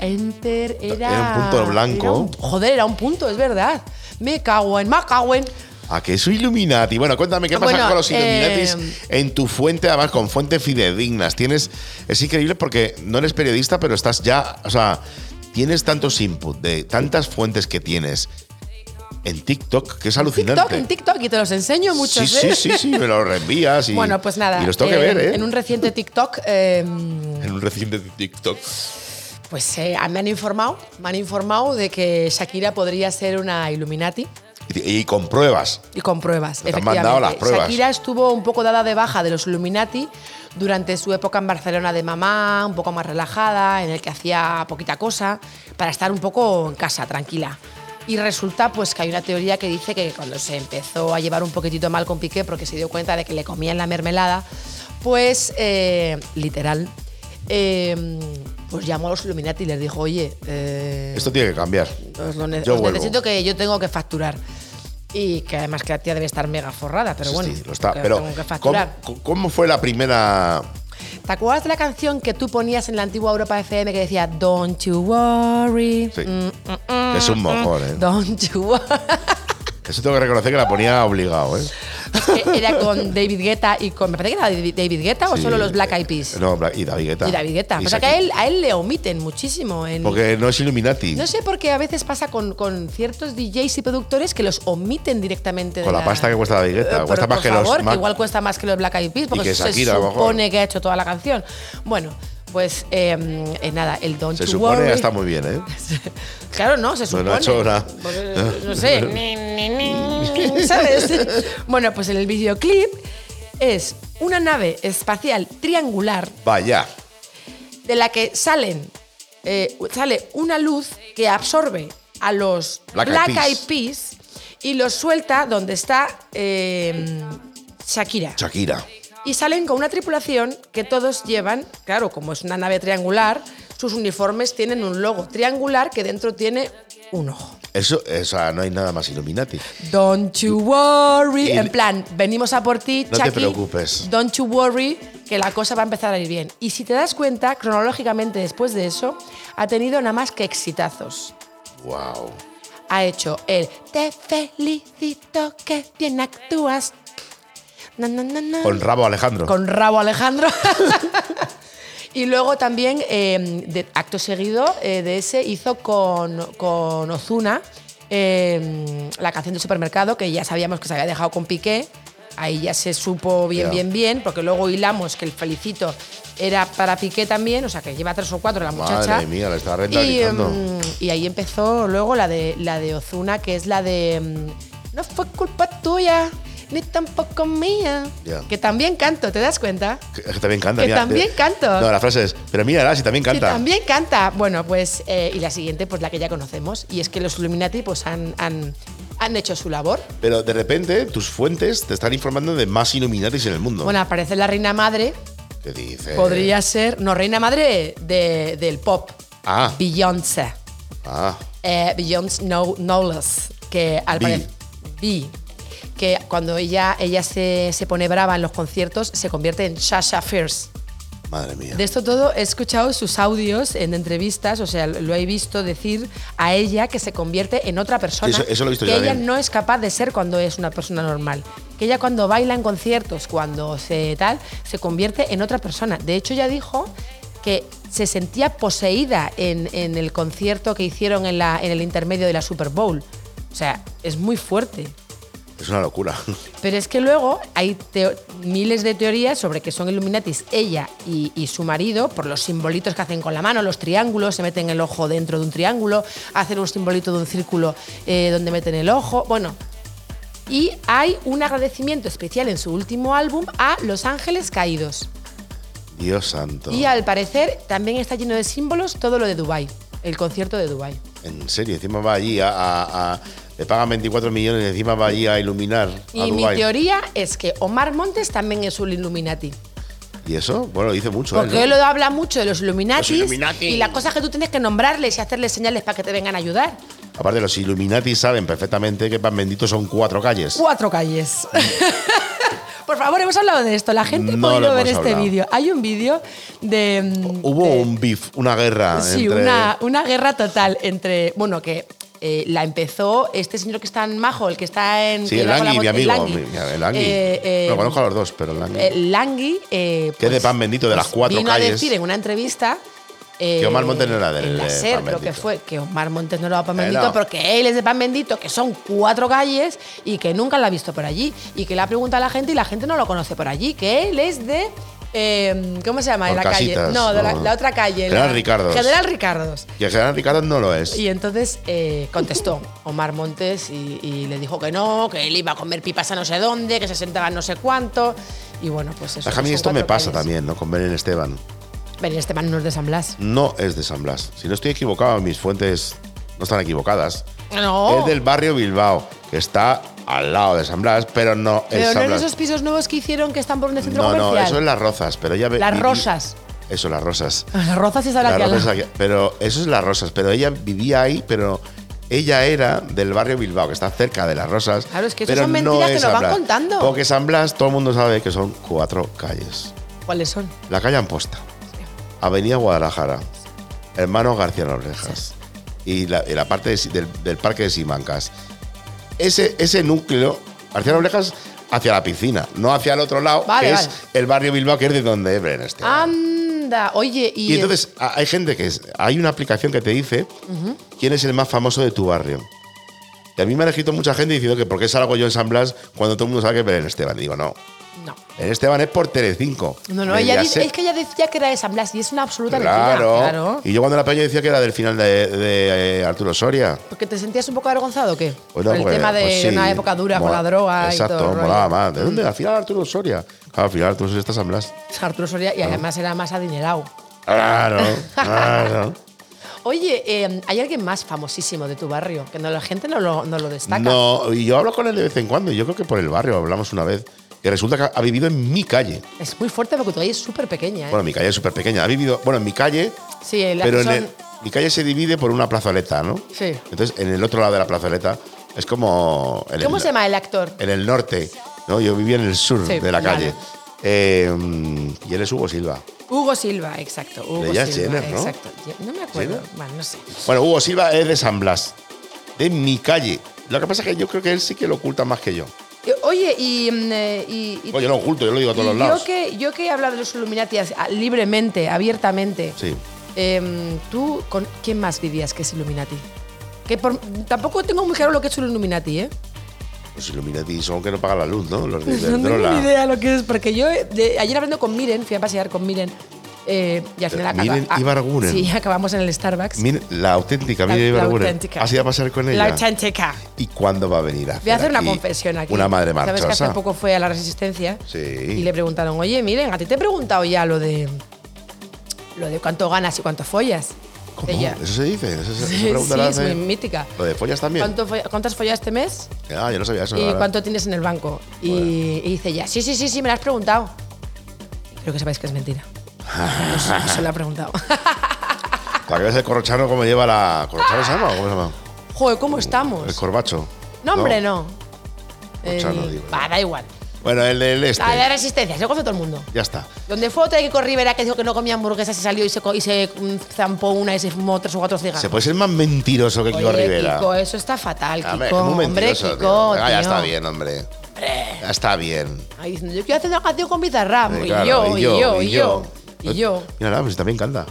C: Enter era.
B: Era un punto blanco.
C: era un- joder, era un punto, es verdad. Me cago en, me cago en.
B: ¿A que soy Illuminati? Bueno, cuéntame, ¿qué pasa
C: Bueno,
B: con los Illuminatis
C: eh,
B: en tu fuente? Además, con fuentes fidedignas. Tienes, es increíble porque no eres periodista, pero estás ya, o sea, tienes tantos input de tantas fuentes que tienes en TikTok, que es alucinante.
C: TikTok, en TikTok, y te los enseño muchos,
B: sí,
C: ¿eh?
B: sí, sí, sí, me lo reenvías y,
C: Bueno, pues nada.
B: y los tengo que
C: eh,
B: ver, ¿eh?
C: En un reciente TikTok. eh,
B: en un reciente TikTok.
C: Pues eh, me han informado, me han informado de que Shakira podría ser una Illuminati
B: Y, y con pruebas.
C: y con pruebas.
B: Te han
C: efectivamente.
B: mandado las pruebas.
C: Shakira estuvo un poco dada de baja de los Illuminati durante su época en Barcelona de mamá, un poco más relajada, en el que hacía poquita cosa, para estar un poco en casa, tranquila. Y resulta pues que hay una teoría que dice que cuando se empezó a llevar un poquitito mal con Piqué porque se dio cuenta de que le comían la mermelada, pues eh, literal, eh, pues llamó a los Illuminati y les dijo, oye, eh,
B: Esto tiene que cambiar.
C: os Pues lo ne-
B: Yo
C: os
B: vuelvo.
C: necesito que yo tengo que facturar. Y que además que la tía debe estar mega forrada, pero
B: Sí,
C: bueno,
B: sí, lo está.
C: que
B: Pero,
C: tengo que
B: ¿cómo,
C: facturar.
B: cómo fue la primera?
C: ¿Te acuerdas de la canción que tú ponías en la antigua Europa FM que decía Don't you worry?
B: Sí.
C: mm, mm, mm,
B: Que es un mojón, ¿eh?
C: Don't you worry.
B: Eso tengo que reconocer que la ponía obligado, ¿eh?
C: Es que era con David Guetta y con. ¿Me parece que era David- David Guetta o
B: Sí,
C: solo los Black
B: eh,
C: Eyed Peas?
B: No, Bla- y David Guetta.
C: y David Guetta. Pues
B: Y
C: O sea que
B: Shakira.
C: a él, a él le omiten muchísimo. En,
B: Porque no es Illuminati.
C: no sé por qué a veces pasa con, con ciertos DJs y productores que los omiten directamente de
B: Con la pasta que cuesta David
C: Eh,
B: Guetta.
C: pero,
B: Cuesta más
C: por
B: que
C: favor,
B: los.
C: que
B: Mac-
C: igual cuesta más que los Black Eyed Peas, porque
B: que
C: se
B: Shakira, a lo mejor.
C: supone que ha hecho toda la canción. Bueno, Pues eh, eh, nada, el Don't
B: Se
C: You
B: supone
C: Worry.
B: que está muy bien, ¿eh?
C: Claro, no, se
B: No,
C: supone.
B: no ha hecho nada.
C: Pues, eh, no sé. ni, ni, ni, ¿Sabes? Bueno, pues en el videoclip es una nave espacial triangular
B: Vaya.
C: de la que salen eh, sale una luz que absorbe a los
B: Black
C: Black,
B: Eyed
C: Eyed Peas y los suelta donde está eh, Shakira.
B: Shakira.
C: Y salen con una tripulación que todos llevan, claro, como es una nave triangular, sus uniformes tienen un logo triangular que dentro tiene un ojo.
B: Eso, o sea, no hay nada más Illuminati.
C: Don't you worry.
B: Y-
C: En plan, venimos a por ti,
B: No te
C: Chucky.
B: preocupes.
C: Don't you worry, que la cosa va a empezar a ir bien. Y si te das cuenta, cronológicamente después de eso, ha tenido nada más que exitazos.
B: Wow.
C: Ha hecho el Te felicito que bien actúas. Na, na, na, na.
B: Con Rabo Alejandro.
C: Con Rabo Alejandro. y luego también, eh, de- acto seguido eh, de ese, hizo con, con Ozuna eh, la canción del supermercado, que ya sabíamos que se había dejado con Piqué. Ahí ya se supo bien,
B: Ya.
C: bien, bien, porque luego hilamos que el felicito era para Piqué también, o sea que lleva tres o cuatro la muchacha.
B: Madre mía, la está
C: Y,
B: rentabilizando.
C: em, y ahí empezó luego la de, la de Ozuna, que es la de em, No fue culpa tuya, ni tampoco mía.
B: Ya.
C: Que también canto, ¿te das cuenta?
B: Que, que también canta.
C: que
B: mira.
C: también canto.
B: No, la frase es, pero mira, si también
C: Que
B: canta.
C: también canta. Bueno, pues, eh, y la siguiente, pues la que ya conocemos, y es que los Illuminati pues han, han, han hecho su labor.
B: Pero de repente tus fuentes te están informando de más Illuminatis en el mundo.
C: Bueno, aparece la reina madre,
B: ¿Qué dices?
C: podría ser, no, reina madre de- del pop,
B: Ah.
C: Beyoncé.
B: Ah.
C: eh, Beyoncé Know- Knowles, que al
B: Bee.
C: parecer. Bee, Que cuando ella, ella se, se pone brava en los conciertos, se convierte en Sasha Fierce.
B: Madre mía.
C: De esto todo he escuchado sus audios en entrevistas, o sea, lo he visto decir a ella que se convierte en otra persona.
B: Sí, eso- eso lo he visto
C: que
B: yo
C: ella
B: también.
C: no es capaz de ser cuando es una persona normal. Que ella cuando baila en conciertos, cuando se tal, se convierte en otra persona. De hecho, ya dijo que se sentía poseída en, en el concierto que hicieron en, la, en el intermedio de la Super Bowl. O sea, es muy fuerte.
B: Es una locura.
C: Pero es que luego hay teo- miles de teorías sobre que son Illuminatis ella y, y su marido por los simbolitos que hacen con la mano, los triángulos, se meten el ojo dentro de un triángulo, hacen un simbolito de un círculo eh, donde meten el ojo. Bueno, y hay un agradecimiento especial en su último álbum a Los Ángeles Caídos.
B: Dios santo.
C: Y al parecer también está lleno de símbolos todo lo de Dubai, el concierto de Dubai.
B: En serio, encima va allí a, a- a- Le pagan 24 millones y encima va allí a iluminar a
C: Y mi
B: Dubái.
C: teoría es que Omar Montes también es un Illuminati.
B: ¿Y eso? Bueno, dice mucho.
C: Porque
B: ¿eh?
C: él lo habla mucho de los Illuminatis
B: Los Illuminati.
C: y las cosas que tú tienes que nombrarles y hacerles señales para que te vengan a ayudar.
B: Aparte, los Illuminati saben perfectamente que pan bendito son cuatro calles.
C: Cuatro calles. Por favor, hemos hablado de esto. La gente
B: No
C: ha
B: lo
C: podido ver
B: hemos
C: este
B: hablado.
C: vídeo. Hay un vídeo de. mm,
B: Hubo
C: de-
B: un beef, una guerra.
C: Sí,
B: entre-
C: una, una guerra total entre. Bueno, que eh, la empezó este señor que está en Majo, el que está en.
B: Sí,
C: que
B: el
C: va con la
B: Langui, mi
C: bot-
B: amigo.
C: Langui.
B: mi- El Langui.
C: Eh, eh,
B: lo conozco a los dos, pero el Langui.
C: el Langui. eh,
B: Que es de pan bendito de las cuatro
C: vino
B: calles.
C: a decir en una entrevista. eh,
B: Que Omar Montes no era del,
C: en la
B: eh,
C: SER,
B: pan
C: creo que
B: bendito.
C: fue. Que Omar Montes no era pan
B: Eh,
C: bendito
B: no.
C: porque él es de pan bendito, que son cuatro calles y que nunca la ha visto por allí. Y que le ha preguntado a la gente y la gente no lo conoce por allí. Que él es de. eh, ¿Cómo se llama? De la calle.
B: Horcasitas,
C: No, de la,
B: no.
C: la otra calle.
B: General
C: la-
B: Ricardos.
C: General Ricardos.
B: Y el general Ricardo no lo es.
C: Y entonces eh, contestó Omar Montes y, y le dijo que no, que él iba a comer pipas a no sé dónde, que se sentaba en no sé cuánto. Y bueno, pues eso.
B: Es que a mí
C: son
B: esto me
C: cuatro
B: pasa
C: calles.
B: también, ¿no? Con Belén Esteban.
C: Ven, este man no es de San Blas.
B: No es de San Blas. Si no estoy equivocado, mis fuentes no están equivocadas.
C: No.
B: Es del barrio Bilbao, que está al lado de San Blas, pero no es
C: Pero no
B: San
C: en
B: Blas.
C: esos pisos nuevos que hicieron que están por un centro
B: no,
C: comercial.
B: no, eso es Las Rozas, pero ya ve-
C: Las
B: viví-
C: Rosas.
B: Eso, Las Rosas.
C: Ah, Las rozas y
B: Las
C: aquí al
B: Rozas
C: lado.
B: aquí- pero eso es Las Rosas, pero ella vivía ahí, pero ella era del barrio Bilbao, que está cerca de Las Rosas.
C: Claro, es que eso
B: pero
C: son
B: no
C: mentiras que
B: es San
C: nos van
B: Blas.
C: contando.
B: Porque San Blas todo el mundo sabe que son cuatro calles.
C: ¿Cuáles son?
B: La calle Amposta, Avenida Guadalajara, Hermanos García Noblejas y la, y la parte de Si- del, del parque de Simancas. Ese, ese núcleo, García Noblejas, hacia la piscina, no hacia el otro lado,
C: Vale,
B: que
C: vale.
B: es el barrio Bilbao, que es de donde es Belén Esteban.
C: Anda. Oye, y.
B: y entonces a- hay gente que es, hay una aplicación que te dice quién es el más famoso de tu barrio. Y a mí me han escrito mucha gente diciendo que por qué salgo yo en San Blas cuando todo el mundo sabe que es Belén Esteban. Y digo, no.
C: No.
B: El Esteban es por Telecinco.
C: No, no, ella dice,
B: Mediaset.
C: es que ella decía que era de San Blas y es una absoluta
B: Claro.
C: mentira. Claro.
B: Y yo cuando la peña decía que era del final de, de, eh, Arturo Soria.
C: ¿Porque te sentías un poco avergonzado o qué?
B: Pues no,
C: Por el
B: porque,
C: tema de
B: pues sí,
C: una época dura con
B: mola-
C: la droga
B: Exacto,
C: y todo. el rollo.
B: molaba más. ¿De dónde? Al final Arturo Soria. Claro, al final Arturo Soria está San Blas.
C: Arturo Soria,
B: Ah.
C: y además era más adinerado.
B: Claro, claro.
C: Oye, eh, ¿hay alguien más famosísimo de tu barrio? Que no, la gente no lo, no lo destaca.
B: No, y yo hablo con él de vez en cuando. y Yo creo que por el barrio hablamos una vez. Que resulta que ha vivido en mi calle.
C: Es muy fuerte porque tu calle es súper pequeña. ¿eh?
B: Bueno, mi calle es súper pequeña. Ha vivido, bueno, en mi calle,
C: sí, en la
B: pero
C: que
B: en
C: son-
B: el- mi calle se divide por una plazoleta, ¿no?
C: Sí.
B: Entonces, en el otro lado de la plazoleta es como. en el-
C: ¿Cómo se llama el actor?
B: En el norte, ¿no? Yo vivía en el sur
C: Sí,
B: de la
C: vale.
B: calle. Eh, y él es Hugo Silva.
C: Hugo Silva, exacto. Hugo
B: Leía
C: Silva,
B: Jenner, ¿no?
C: exacto. Ye- No me acuerdo.
B: Jenner.
C: Bueno, no sé.
B: Bueno, Hugo Silva es de San Blas, de mi calle. Lo que pasa es que yo creo que él sí que lo oculta más que yo.
C: Eh, Oye, y. mm, eh, y- y-
B: Bueno, yo lo oculto, yo lo digo a todos
C: y
B: los lados.
C: Yo que, yo que he hablado de los Illuminati as- a- libremente, abiertamente.
B: Sí.
C: em, ¿Tú con quién más vivías que es Illuminati? Que por- tampoco tengo muy claro lo que es un Illuminati, ¿eh?
B: Los Illuminati son que no pagan la luz, ¿no? Los de
C: No tengo
B: Iberdrola.
C: ni idea lo que es, porque yo eh, de- ayer hablando con Miren, fui a pasear con Miren, eh, y al final acaba-
B: Miren
C: ah,
B: Ibarguren.
C: Sí, acabamos en el Starbucks.
B: Mira, la auténtica,
C: La-
B: mira,
C: la
B: Ibarburen.
C: auténtica.
B: Así va a pasar con ella.
C: la chancheca.
B: ¿Y cuándo va a venir? A
C: Voy a hacer una
B: aquí
C: confesión aquí.
B: Una madre marchosa.
C: Sabes que hace poco fue a la Resistencia
B: Sí.
C: y le preguntaron, oye, Miren, a ti te he preguntado ya lo de lo de cuánto ganas y cuánto follas.
B: ¿Cómo?
C: Ella.
B: Eso se dice. Eso, se-
C: Sí,
B: se pregunta la
C: es
B: hace-
C: muy mítica.
B: Lo de follas también.
C: ¿Cuánto folla- ¿Cuántas follas este mes?
B: Ah, yo no sabía eso. la
C: ¿Y
B: verdad.
C: cuánto tienes en el banco? Y,
B: Bueno.
C: y dice ya, sí, sí, sí, sí, me lo has preguntado. Creo que sabéis que es mentira. No sé, se lo ha preguntado.
B: Para que veas el corrochano cómo lleva la. ¿Corrochano se llama o cómo se llama?
C: Joder, ¿cómo
B: El
C: estamos?
B: corbacho.
C: No, hombre, no.
B: Corchano,
C: El-
B: digo.
C: Va, da igual.
B: Bueno, el del este.
C: La de resistencia, se lo conoce todo el mundo.
B: Ya está.
C: Donde fue otra de Kiko Rivera que dijo que no comía hamburguesas y salió y se, co- y se mm, zampó una y se fumó tres o cuatro cigarros.
B: Se puede ser más mentiroso que Kiko
C: Oye,
B: Rivera.
C: Kiko, eso está fatal,
B: A
C: Kiko.
B: ver, es muy
C: hombre,
B: mentiroso. tío.
C: Kiko,
B: Ah, ya
C: tío.
B: está bien, hombre. Ya está bien.
C: Ahí diciendo, yo quiero hacer una canción con Bizarrap.
B: Eh,
C: y,
B: claro,
C: yo, y yo, y yo, y yo.
B: Mira, nada, pues también canta.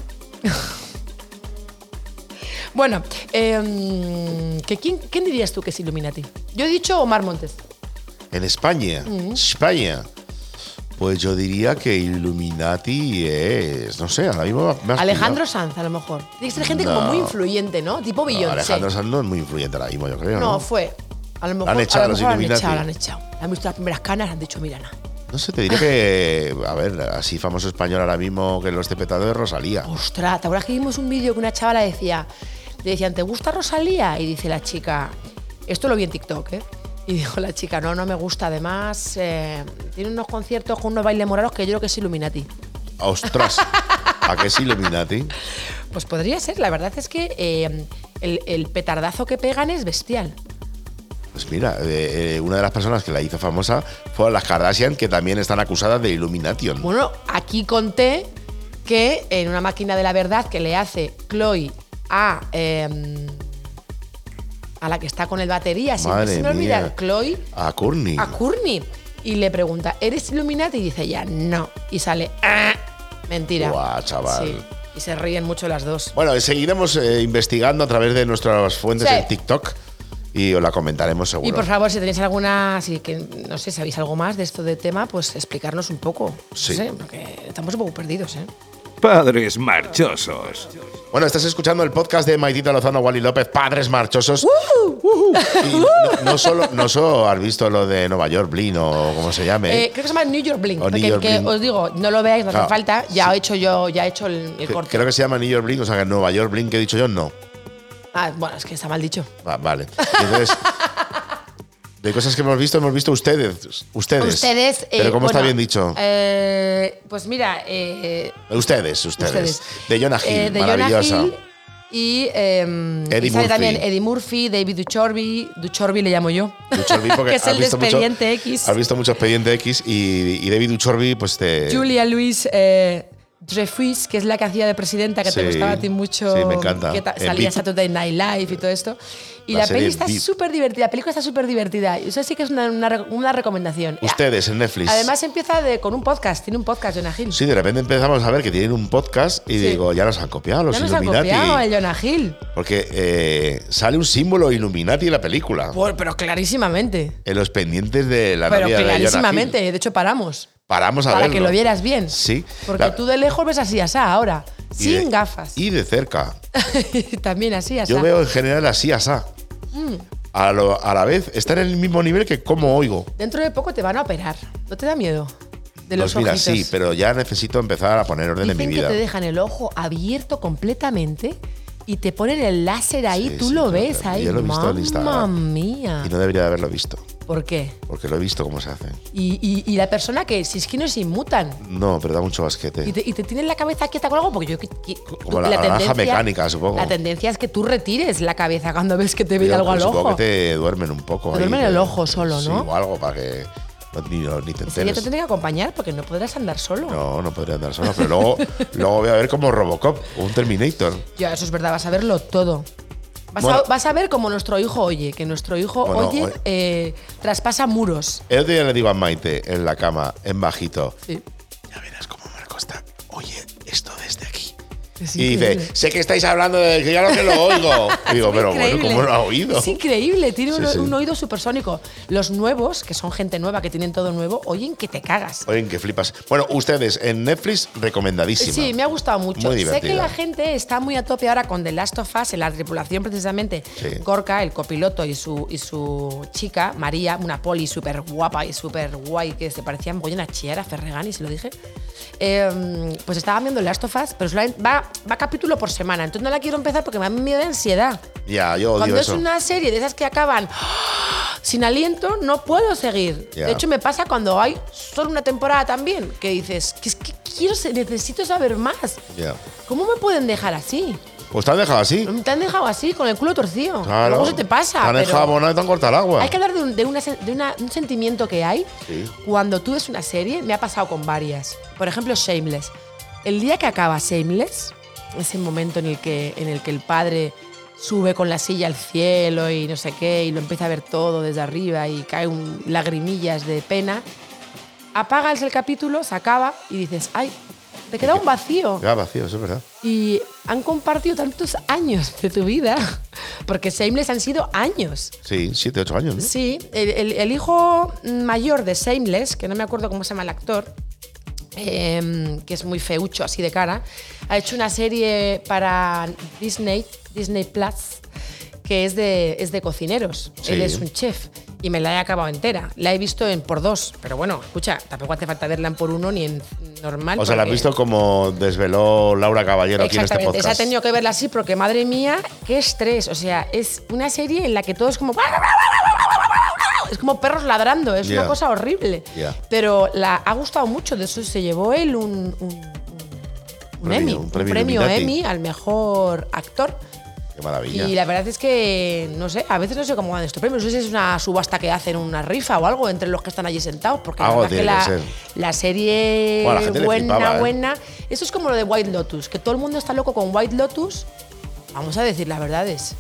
C: Bueno, eh, ¿que quién, quién dirías tú que es Illuminati? Yo he dicho Omar Montes.
B: En España.
C: Mm.
B: España. Pues yo diría que Illuminati es. No sé, ahora mismo me has pillado.
C: Alejandro Sanz, a lo mejor. Tiene que ser gente como
B: No.
C: muy influyente, ¿no? Tipo
B: No,
C: Beyoncé.
B: Alejandro Sanz no es muy influyente ahora mismo, yo creo. No,
C: No, fue. A lo mejor,
B: han echado
C: a
B: a
C: lo
B: los
C: mejor la han
B: Illuminati.
C: echado, la han echado. Han visto las primeras canas, han dicho, mira, na.
B: No sé, te diría que. A ver, así famoso español ahora mismo que lo esté petado es Rosalía.
C: Ostras, ¿te acuerdas que vimos un vídeo que una chavala decía, le decían, ¿te gusta Rosalía? Y dice la chica, esto lo vi en TikTok, ¿eh? Y dijo la chica, no, no me gusta, además eh, tiene unos conciertos con unos bailes morados que yo creo que es Illuminati.
B: ¡Ostras! ¿A qué es Illuminati?
C: Pues podría ser, la verdad es que eh, el, el petardazo que pegan es bestial.
B: Pues mira, eh, eh, una de las personas que la hizo famosa fue las Kardashian, que también están acusadas de Illumination.
C: Bueno, aquí conté que en una máquina de la verdad que le hace Chloe a. eh, a la que está con el batería, siempre
B: Madre
C: se me olvida,
B: mía.
C: Chloe
B: A Courtney.
C: a Courtney. Y le pregunta, ¿eres Illuminati? Y dice ella, no. Y sale, "Ah, mentira.
B: Guau, chaval.
C: Sí, Y se ríen mucho las dos.
B: Bueno, seguiremos eh, investigando a través de nuestras fuentes
C: Sí.
B: en TikTok y os la comentaremos seguro.
C: Y por favor, si tenéis alguna, si que no sé, sabéis algo más de esto de tema, pues explicarnos un poco.
B: Sí.
C: No sé, porque estamos un poco perdidos, ¿eh?
A: Padres marchosos.
B: Bueno, estás escuchando el podcast de Maitita Lozano, Wally López, Padres Marchosos. Y no, no solo, no solo has visto lo de Nueva York, Blin o como se llame.
C: Eh, creo que se llama New York Blink,
B: O
C: porque
B: Oh, New York
C: que
B: Blink.
C: os digo, no lo veáis, no hace
B: Claro,
C: falta. Ya he hecho yo, ya he hecho el, el
B: Que-
C: corte.
B: Creo que se llama New York Blin, o sea que Nueva York Blin que he dicho yo no.
C: Ah, bueno, es que está mal dicho.
B: Va- vale. Y Entonces, de cosas que hemos visto, hemos visto ustedes. Ustedes.
C: Ustedes. eh,
B: Pero ¿cómo está
C: bueno,
B: bien dicho?
C: eh, pues mira, eh,
B: ustedes, ustedes,
C: ustedes.
B: De Jonah Hill,
C: Eh, de
B: maravillosa.
C: Jonah Hill y, eh,
B: Eddie
C: y sale
B: Murphy.
C: también Eddie Murphy, David Duchovny, Duchovny le llamo yo,
B: Duchovny, porque
C: que es
B: has
C: el de
B: visto mucho-
C: Expediente X.
B: Has visto mucho Expediente X y, y David Duchovny, pues te.
C: Julia Luis eh, Dreyfus, que es la que hacía de presidenta, que te
B: Sí,
C: gustaba a ti mucho.
B: sí, me encanta.
C: Que ta-
B: En
C: salía en
B: Beat.
C: Saturday Night Live y todo esto. Y
B: La
C: la, peli
B: serie
C: está
B: Beat.
C: súper divertida. La película está súper divertida. Eso sí que es una, una re- una recomendación.
B: Ustedes en Netflix.
C: Además empieza de- con un podcast. Tiene un podcast, Jonah Hill.
B: Sí, de repente empezamos a ver que tienen un podcast y
C: Sí.
B: digo, ya nos han copiado los
C: ya nos han
B: Illuminati.
C: copiado el Jonah Hill.
B: Porque eh, sale un símbolo Illuminati en la película.
C: Por- Pues, pero clarísimamente.
B: En los pendientes de la
C: Pero
B: novia de Jonah Hill.
C: clarísimamente. De hecho, paramos.
B: Paramos a
C: para
B: verlo.
C: que lo vieras bien.
B: Sí.
C: Porque
B: La-
C: tú de lejos ves así, asá, ahora.
B: Y de-
C: Sin gafas.
B: Y de cerca.
C: También así, asá.
B: Yo veo en general así, asá.
C: Mm.
B: A, lo- a la vez está en el mismo nivel que cómo oigo.
C: Dentro de poco te van a operar. ¿No te da miedo? De los
B: pues mira,
C: ojitos.
B: sí, pero ya necesito empezar a poner orden
C: Dicen
B: en mi vida.
C: que te dejan el ojo abierto completamente y te ponen el láser ahí.
B: Sí,
C: tú
B: sí,
C: lo
B: yo
C: ves
B: también.
C: ahí.
B: Yo lo he visto en
C: Mamma
B: Instagram.
C: mía.
B: Y no debería de haberlo visto,
C: ¿Por qué?
B: porque lo he visto cómo se hace.
C: Y, y- y la persona que si es que no se inmutan
B: No, pero da mucho
C: y
B: basquete.
C: te, y te tienen la cabeza quieta con algo, porque yo. que- que-
B: Como la naranja
C: tendencia-
B: mecánica, supongo.
C: La tendencia es que tú retires la cabeza cuando ves que te ve
B: Pero
C: algo al
B: supongo
C: ojo.
B: que te duermen un poco.
C: Te
B: ahí,
C: duermen el
B: que-
C: ojo solo,
B: sí,
C: ¿no?
B: o algo para que no- ni, no- ni te
C: Es que ya
B: enteres.
C: te tienen que acompañar porque no podrás andar solo.
B: No, no podría andar solo, pero luego, luego voy a ver como Robocop o un Terminator.
C: Ya, eso es verdad, vas a verlo todo. Vas,
B: Bueno.
C: a, vas a ver como nuestro hijo oye, que nuestro hijo
B: Bueno,
C: oye
B: oye.
C: eh, traspasa muros.
B: El otro día le digo a Maite en la cama, en bajito,
C: Sí,
B: ya verás cómo Marco está. Oye, esto desde aquí.
C: es
B: Y
C: increíble.
B: dice, sé que estáis hablando de que ya lo que lo oigo. Y digo,
C: Es
B: pero bueno,
C: increíble.
B: ¿cómo lo ha oído?
C: Es increíble, tiene
B: Sí,
C: un,
B: sí.
C: un oído supersónico. Los nuevos, que son gente nueva, que tienen todo nuevo, oyen que te cagas.
B: Oye, que flipas. Bueno, ustedes en Netflix recomendadísima.
C: Sí, me ha gustado mucho.
B: Muy
C: sé que
B: divertida.
C: la gente está muy a tope ahora con The Last of Us, en la tripulación precisamente.
B: Sí.
C: Gorka, el copiloto, y su, y su chica, María, una poli súper guapa y súper guay, que se parecía mogollón a Chiara Ferregani, si lo dije. Eh, pues estaba viendo The Last of Us, pero solamente va, va capítulo por semana. Entonces no la quiero empezar porque me da miedo de ansiedad.
B: Ya, yo odio
C: Cuando es
B: eso.
C: una serie de esas que acaban ¡ah! sin aliento, no puedo seguir.
B: Ya.
C: De hecho, me pasa cuando hay solo una temporada también, que dices, que es que quiero, se- necesito saber más.
B: Ya.
C: ¿Cómo me pueden dejar así?
B: Pues te han dejado así.
C: Te han dejado así, con el culo torcido.
B: Claro.
C: Luego se te pasa.
B: Te han
C: pero
B: dejado abonado y te han cortado el agua.
C: Hay que hablar de, un, de una sen- de una- un sentimiento que hay
B: Sí.
C: cuando tú ves una serie. Me ha pasado con varias. Por ejemplo, Shameless. El día que acaba Shameless, ese momento en el que, en el, que el padre sube con la silla al cielo y no sé qué, y lo empieza a ver todo desde arriba y cae un, lagrimillas de pena, apagas el capítulo, se acaba y dices, ay, te queda un vacío.
B: Ya, vacío, eso es verdad.
C: Y han compartido tantos años de tu vida, porque Shameless han sido años.
B: Sí, siete, ocho años, ¿no?
C: Sí, el, el- el hijo mayor de Shameless, que no me acuerdo cómo se llama el actor, em, que es muy feucho así de cara, ha hecho una serie para Disney, Disney Plus, que es de, es de cocineros.
B: Sí.
C: Él es un chef. Y me la he acabado entera. La he visto en por dos. Pero bueno, escucha, tampoco hace falta verla en por uno ni en normal.
B: O sea, la has
C: porque-
B: visto como desveló Laura Caballero aquí en este
C: Exactamente,
B: podcast.
C: esa ha tenido que verla así porque madre mía, qué estrés. O sea, es una serie en la que todo es como. Es como perros ladrando, es
B: Ya.
C: una cosa horrible.
B: Ya.
C: Pero la ha gustado mucho, de eso se llevó él un, un, un- un
B: Premio,
C: Emmy,
B: un
C: un
B: premio
C: premio
B: Illuminati.
C: Emmy al mejor actor.
B: Qué maravilla.
C: Y la verdad es que, no sé, a veces no sé cómo van estos premios. No sé si es una subasta que hacen una rifa o algo entre los que están allí sentados. Porque la,
B: Algo
C: verdad es que
B: tiene que
C: la, la serie
B: Bueno, a la gente le
C: buena,
B: flipaba, ¿eh?
C: buena. Eso es como lo de White Lotus, que todo el mundo está loco con White Lotus. Vamos a decir las verdades.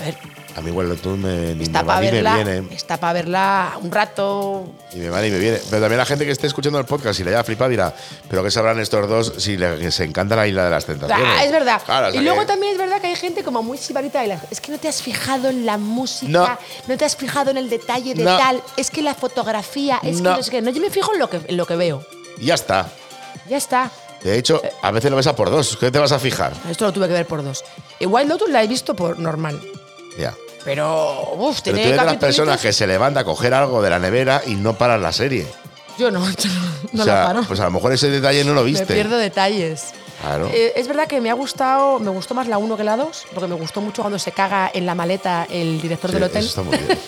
C: A ver,
B: A mí, bueno, tú me, ni
C: está
B: me va
C: para
B: ni me
C: verla,
B: viene.
C: está para verla un rato.
B: Ni me va ni me viene. Pero también la gente que esté escuchando el podcast y le haya flipado dirá, ¿pero qué sabrán estos dos si les encanta la Isla de las Tentaciones?
C: Ah, es verdad.
B: Claro, o sea
C: y luego
B: que-
C: también es verdad que hay gente como muy sibarita de las. Es que no te has fijado en la música,
B: No.
C: no, te has fijado en el detalle de
B: No.
C: tal, es que la fotografía, es
B: No.
C: que no sé qué. No, yo me fijo en lo que, en lo que veo.
B: Y ya está.
C: Ya está.
B: De hecho, a veces lo ves a por dos. ¿Qué te vas a fijar?
C: Esto lo tuve que ver por dos. Y Wild Lotus la he visto por normal.
B: Ya.
C: Pero, uff,
B: Pero
C: tiene
B: tú eres de las
C: capitulitos.
B: personas que se levanta a coger algo de la nevera y no paras la serie.
C: Yo no, yo no
B: o sea,
C: la paro.
B: pues a lo mejor ese detalle no lo
C: me
B: viste.
C: pierdo detalles.
B: Claro.
C: Eh, es verdad que me ha gustado, me gustó más la 1 que la 2, porque me gustó mucho cuando se caga en la maleta el director
B: Sí,
C: del
B: eso
C: hotel.
B: está muy bien.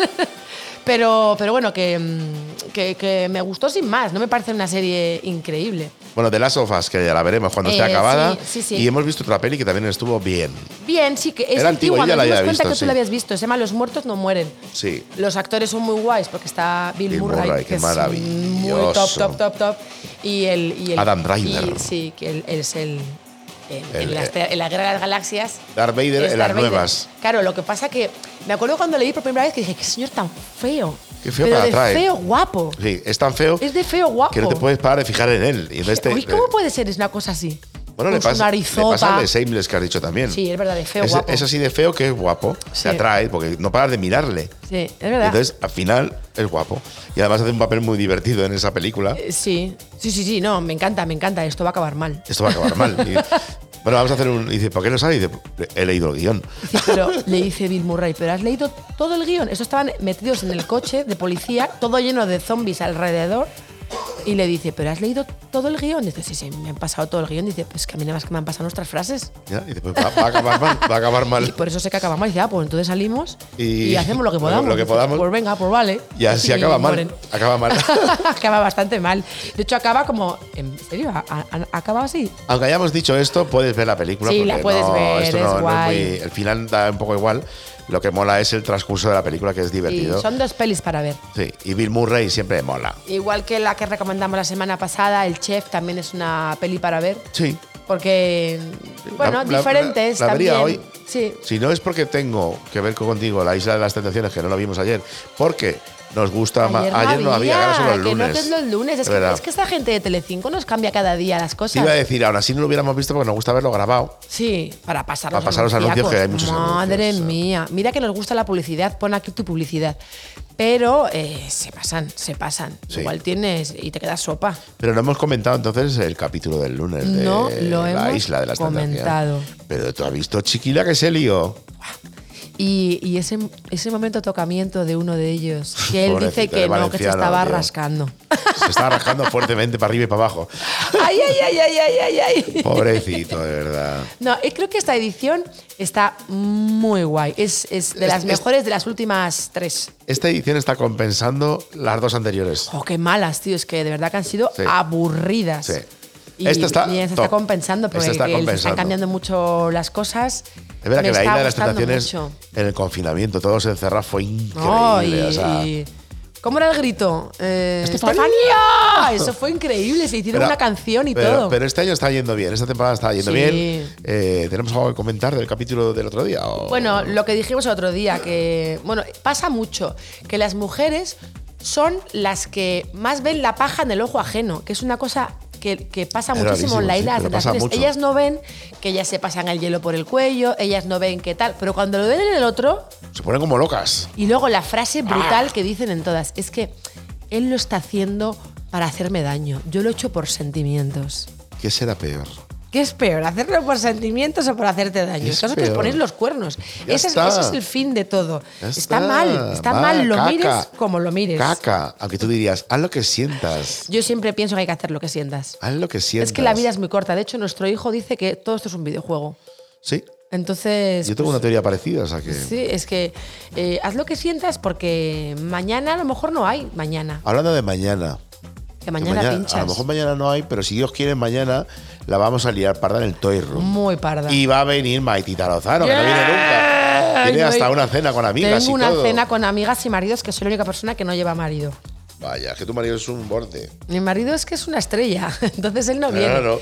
C: Pero, pero bueno, que, mm, que, que me gustó sin más. No me parece una serie increíble.
B: Bueno, de las sofás, que ya la veremos cuando esté
C: Eh, sí,
B: acabada.
C: sí, sí.
B: Y hemos visto otra peli que también estuvo bien.
C: Bien, sí, que es
B: Era antigua,
C: antigua.
B: yo ya la
C: Nos dimos
B: había
C: cuenta
B: visto,
C: que
B: sí.
C: tú la habías visto. Se llama Los muertos no mueren.
B: Sí.
C: Los actores son muy guays porque está Bill,
B: Bill
C: Murray,
B: Murray, qué
C: que es
B: maravilloso.
C: muy top, top, top, top. Y el, y el-
B: Adam
C: y-
B: Driver.
C: sí, que él, él es el. en-
B: El- eh,
C: en, las- en la Guerra de las Galaxias.
B: Darth Vader
C: es
B: en las
C: Darth Vader.
B: nuevas.
C: Claro, lo que pasa que. Me acuerdo cuando leí por primera vez que dije, qué señor tan feo.
B: Qué feo
C: Pero
B: para
C: de
B: atraer.
C: feo guapo.
B: Sí, es tan feo
C: Es de feo guapo.
B: que no te puedes parar de fijar en él. Y entonces te-
C: Uy, ¿cómo puede ser es una cosa así?
B: Este, eh, Bueno, le
C: Con su
B: pasa, le
C: narizota.
B: pasa al de Shameless que has dicho también.
C: Sí, es verdad, de feo
B: es,
C: guapo.
B: es así de feo que es guapo.
C: Sí.
B: Se atrae porque no paras de mirarle.
C: Sí, es
B: Y
C: verdad.
B: entonces, al final, es guapo. Y además hace un papel muy divertido en esa película.
C: Eh, sí, sí, sí, sí, no, me encanta, me encanta, esto va a acabar mal.
B: Esto va a acabar mal. Y, bueno, vamos a hacer un. y dice, ¿por qué no sale? Y dice, he leído el guión.
C: Sí, pero le dice Bill Murray, pero has leído todo el guión. Eso estaban metidos en el coche de policía, todo lleno de zombies alrededor. Y le dice, pero has leído todo el guión. Dice, sí, sí, me han pasado todo el guión. Dice, pues que a mí nada más que me han pasado nuestras frases.
B: Ya, Y después va, va a acabar mal. Va a acabar
C: Y
B: mal.
C: por eso sé que acaba mal. Dice, ah, pues entonces salimos y,
B: Y-
C: hacemos lo que podamos.
B: lo que
C: Dice,
B: podamos.
C: Pues venga, pues vale.
B: Y así acaba mal.
C: mueren.
B: Acaba mal.
C: acaba bastante mal. De hecho, acaba como, ¿en serio? ¿A- a- ¿Acaba así?
B: Aunque hayamos dicho esto, puedes ver la película.
C: Sí, la
B: porque
C: puedes
B: no,
C: ver,
B: esto no-
C: es
B: no
C: guay.
B: muy- el final da un poco igual. Lo que mola es el transcurso de la película, que es
C: Y
B: divertido.
C: son dos pelis para ver.
B: Sí, y Bill Murray siempre mola.
C: Igual que la que recomendamos la semana pasada, El Chef también es una peli para ver.
B: Sí.
C: Porque,
B: La-
C: bueno,
B: la-
C: diferentes
B: la- la
C: también.
B: vería hoy.
C: Sí.
B: Si no es porque tengo que ver contigo la isla de las tentaciones, que no la vimos ayer, porque nos gusta más. Ayer, no había, ahora solo el
C: que no,
B: lunes.
C: que es los lunes. Es que,
B: verdad.
C: es que esta gente de Telecinco nos cambia cada día las
B: Te iba a
C: cosas.
B: decir, aún así no lo hubiéramos visto porque nos gusta verlo grabado.
C: Sí, para pasar
B: Para pasar los anuncios, que hay muchos
C: Madre
B: anuncios, sí.
C: mía, mira que nos gusta la publicidad, pon aquí tu publicidad. Pero eh, se pasan, se pasan.
B: Sí.
C: Igual tienes y te queda sopa.
B: Pero no hemos comentado entonces el capítulo del lunes de
C: No lo
B: la
C: hemos
B: isla de las
C: comentado.
B: tentaciones. Pero tú has visto Chiquila que se lió.
C: Y, y ese, ese momento tocamiento de uno de ellos, que él dice
B: Pobrecito
C: que
B: de
C: no, que se
B: Valenciano,
C: estaba
B: tío.
C: rascando.
B: Se estaba rascando fuertemente para arriba y para abajo.
C: ay, ay, ay, ay, ay, ay, ay.
B: Pobrecito, de verdad.
C: No, eh, creo que esta edición está muy guay. Es, es de
B: Es-
C: las
B: es-
C: mejores de las últimas tres.
B: Esta edición está compensando las dos anteriores.
C: Oh, qué malas, tío. Es que de verdad que han sido
B: Sí.
C: aburridas.
B: Sí.
C: Y,
B: Esta está
C: y se
B: top.
C: está compensando porque
B: Esta está
C: que se están
B: compensando.
C: cambiando mucho las cosas.
B: Es verdad
C: Me
B: que la
C: está
B: isla de las
C: gustando
B: tentaciones
C: mucho.
B: en el confinamiento, todos encerrados, fue increíble.
C: No, y-
B: o sea,
C: y- ¿Cómo era el grito? Eh,
B: ¡Estefanía!
C: ¡Estefanía! Eso fue increíble. Se hicieron
B: pero-
C: una canción y
B: pero-
C: todo.
B: Pero este año está yendo bien, esta temporada está yendo
C: Sí.
B: bien. Eh, ¿Tenemos algo que comentar del capítulo del otro día? o-
C: Bueno, lo que dijimos el otro día, que bueno, pasa mucho que las mujeres son las que más ven la paja en el ojo ajeno, que es una cosa que, que pasa
B: Es
C: muchísimo en la
B: rarísimo,
C: isla
B: sí, pero
C: de las
B: pasa
C: tentaciones.
B: mucho.
C: Ellas no ven que ellas se pasan el hielo por el cuello, ellas no ven qué tal, pero cuando lo ven en el otro,
B: Se ponen como locas.
C: y luego la frase brutal que dicen en todas, es que él lo está haciendo para hacerme daño, yo lo he hecho por sentimientos.
B: ¿Qué será peor?
C: ¿Qué es peor? ¿Hacerlo por sentimientos o por hacerte daño?
B: ¿Qué
C: El
B: es
C: caso es que os
B: peor?
C: ponéis los cuernos.
B: Ya
C: Ese es,
B: está.
C: ese es el fin de todo.
B: Ya
C: Está, mal, está mal, lo
B: caca.
C: mires como lo mires.
B: Caca, aunque tú dirías, haz lo que sientas.
C: Yo siempre pienso que hay que hacer lo que sientas.
B: Haz lo que sientas.
C: Es que la vida es muy corta. De hecho, nuestro hijo dice que todo esto es un videojuego.
B: Sí,
C: Entonces, pues,
B: yo tengo una teoría parecida, o sea que.
C: sí, es que eh, haz lo que sientas porque mañana a lo mejor no hay. Mañana.
B: Hablando de mañana.
C: Que
B: que
C: mañana, pinchas.
B: a lo mejor mañana no hay, pero si Dios quiere, mañana la vamos a liar parda en el Toy Room.
C: Muy parda.
B: Y va a venir Maitita Lozano, que no viene nunca.
C: Ay,
B: Tiene
C: no,
B: hasta
C: y-
B: una cena con amigas
C: Tengo
B: y
C: una
B: todo.
C: cena con amigas y maridos que soy la única persona que no lleva marido.
B: Vaya, es que tu marido es un borde.
C: Mi marido es que es una estrella, entonces él no
B: No,
C: viene.
B: no, no.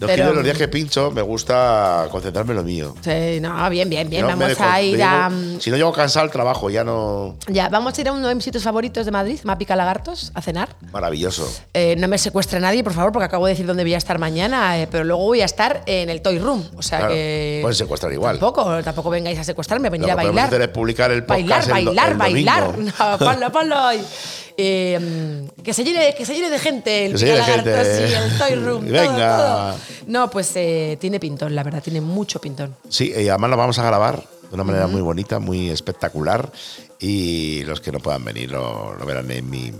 B: Los,
C: Pero-
B: fines- los días que pincho me gusta concentrarme en lo mío.
C: Sí, no, bien, bien, bien.
B: No me
C: vamos
B: dejo-
C: a ir
B: llego-
C: a. mm,
B: Si no llego cansado al trabajo, ya no...
C: Ya, vamos a ir a uno de mis sitios favoritos de Madrid, Mapica Lagartos, a cenar.
B: Maravilloso.
C: Eh, no me secuestre nadie, por favor, porque acabo de decir dónde voy a estar mañana, eh, pero luego voy a estar en el Toy Room. O sea
B: Claro,
C: que.
B: pueden secuestrar igual.
C: Tampoco, tampoco vengáis a secuestrarme, venid
B: Lo
C: a
B: que podemos
C: bailar.
B: hacer es publicar el podcast el do-
C: bailar,
B: el
C: bailar,
B: domingo.
C: bailar. No, ponlo, ponlo hoy. Eh, que, se llene, que se llene de gente el
B: Que se llene de
C: Pica Lagartos
B: gente.
C: y el Toy Room. todo,
B: Venga.
C: todo. No, pues eh, tiene pintón, la verdad, tiene mucho pintón.
B: Sí, y además la vamos a grabar de una manera muy bonita, muy espectacular. Y los que no puedan venir lo, lo verán en mi,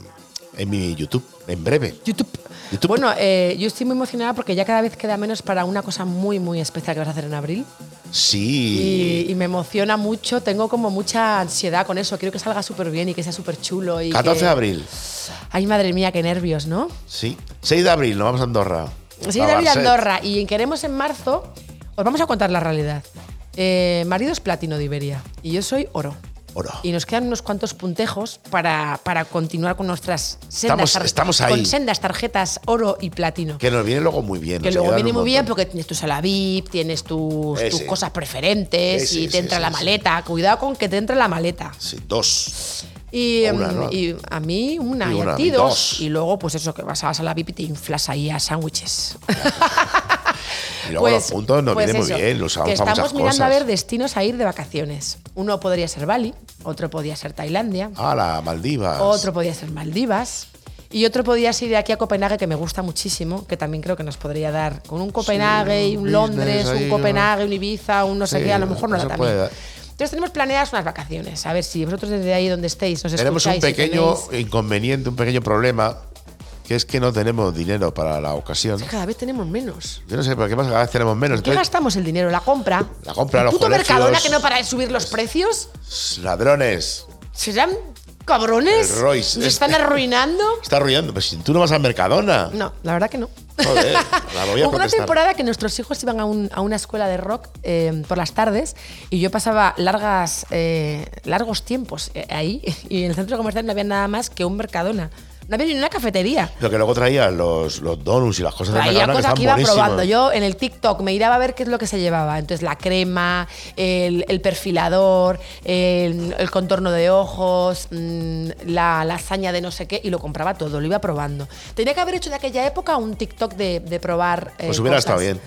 B: en mi YouTube, en breve.
C: YouTube.
B: YouTube.
C: Bueno, eh, yo estoy muy emocionada porque ya cada vez queda menos para una cosa muy, muy especial que vas a hacer en abril.
B: Sí.
C: Y, y me emociona mucho, tengo como mucha ansiedad con eso. Quiero que salga súper bien y que sea súper chulo. Y
B: 14
C: que-
B: de abril.
C: Ay, madre mía, qué nervios, ¿no?
B: Sí. 6 de abril, nos vamos a Andorra.
C: Sí,
B: A
C: David
B: Barset.
C: Andorra. Y en Queremos en marzo, os vamos a contar la realidad. Eh, marido es platino de Iberia y yo soy oro.
B: Oro.
C: Y nos quedan unos cuantos puntejos para, para continuar con nuestras sendas,
B: Estamos-
C: tar-
B: estamos ahí.
C: con sendas tarjetas oro y platino.
B: Que nos viene luego muy bien.
C: Que
B: nos
C: luego
B: ayudan
C: viene
B: un
C: muy bien
B: montón. Eh,
C: porque tienes tu sala VIP, tienes tus, tus
B: Ese.
C: cosas preferentes
B: Ese,
C: y te
B: ese,
C: entra
B: ese,
C: la
B: ese.
C: maleta. Cuidado con que te entre la maleta.
B: Sí, dos.
C: Y,
B: O una,
C: em,
B: ¿no?
C: y a mí una
B: Y
C: y,
B: una,
C: a ti dos.
B: dos.
C: Y luego, pues eso, que vas a la sala VIP y te inflas ahí a sándwiches. Pues,
B: Y luego los puntos nos vienen muy bien, los
C: que
B: usamos para
C: Estamos
B: muchas
C: mirando
B: cosas.
C: a ver destinos a ir de vacaciones. Uno podría ser Bali, otro podría ser Tailandia,
B: Ah, la Maldivas.
C: otro podría ser Maldivas. Y otro podría ser ir aquí a Copenhague, que me gusta muchísimo, que también creo que nos podría dar con un Copenhague y
B: un
C: un
B: business
C: Londres,
B: ahí,
C: un Copenhague, un Ibiza, un no sé
B: Sí,
C: qué, a lo mejor no
B: eso
C: da también.
B: puede dar.
C: Entonces tenemos planeadas unas vacaciones. A ver si vosotros desde ahí donde estéis nos
B: Tenemos un
C: pues, escucháis y
B: pequeño
C: tenéis-
B: inconveniente, un pequeño problema, que es que no tenemos dinero para la ocasión.
C: Cada vez tenemos menos.
B: Yo no sé por qué más cada vez tenemos menos.
C: ¿Qué
B: Entonces,
C: gastamos el dinero? La compra.
B: Pues- La compra,
C: El
B: los
C: puto
B: colegios.
C: Mercadona que no para de subir los precios.
B: ladrones.
C: ¿Serán cabrones?
B: El Royce.
C: ¿Nos están arruinando?
B: Está arruinando. Pues si tú no vas a Mercadona.
C: No, la verdad que no.
B: Joder, la voy a
C: Hubo una
B: protestar.
C: temporada que nuestros hijos iban a, un- a una escuela de rock eh, por las tardes y yo pasaba largas, eh, largos tiempos eh, ahí y en el centro comercial no había nada más que un Mercadona. No había ni una cafetería.
B: Lo que luego traían los, los donuts y las cosas de
C: Traía
B: Mercadona
C: cosas
B: que
C: que iba
B: están buenísimas.
C: probando. Yo en el TikTok me miraba a ver qué es lo que se llevaba. Entonces la crema, el, el perfilador, el, el contorno de ojos, mm, la lasaña de no sé qué, y lo compraba todo, lo iba probando. Tenía que haber hecho de aquella época un TikTok de, de probar. eh,
B: Pues hubiera
C: cosas.
B: estado bien.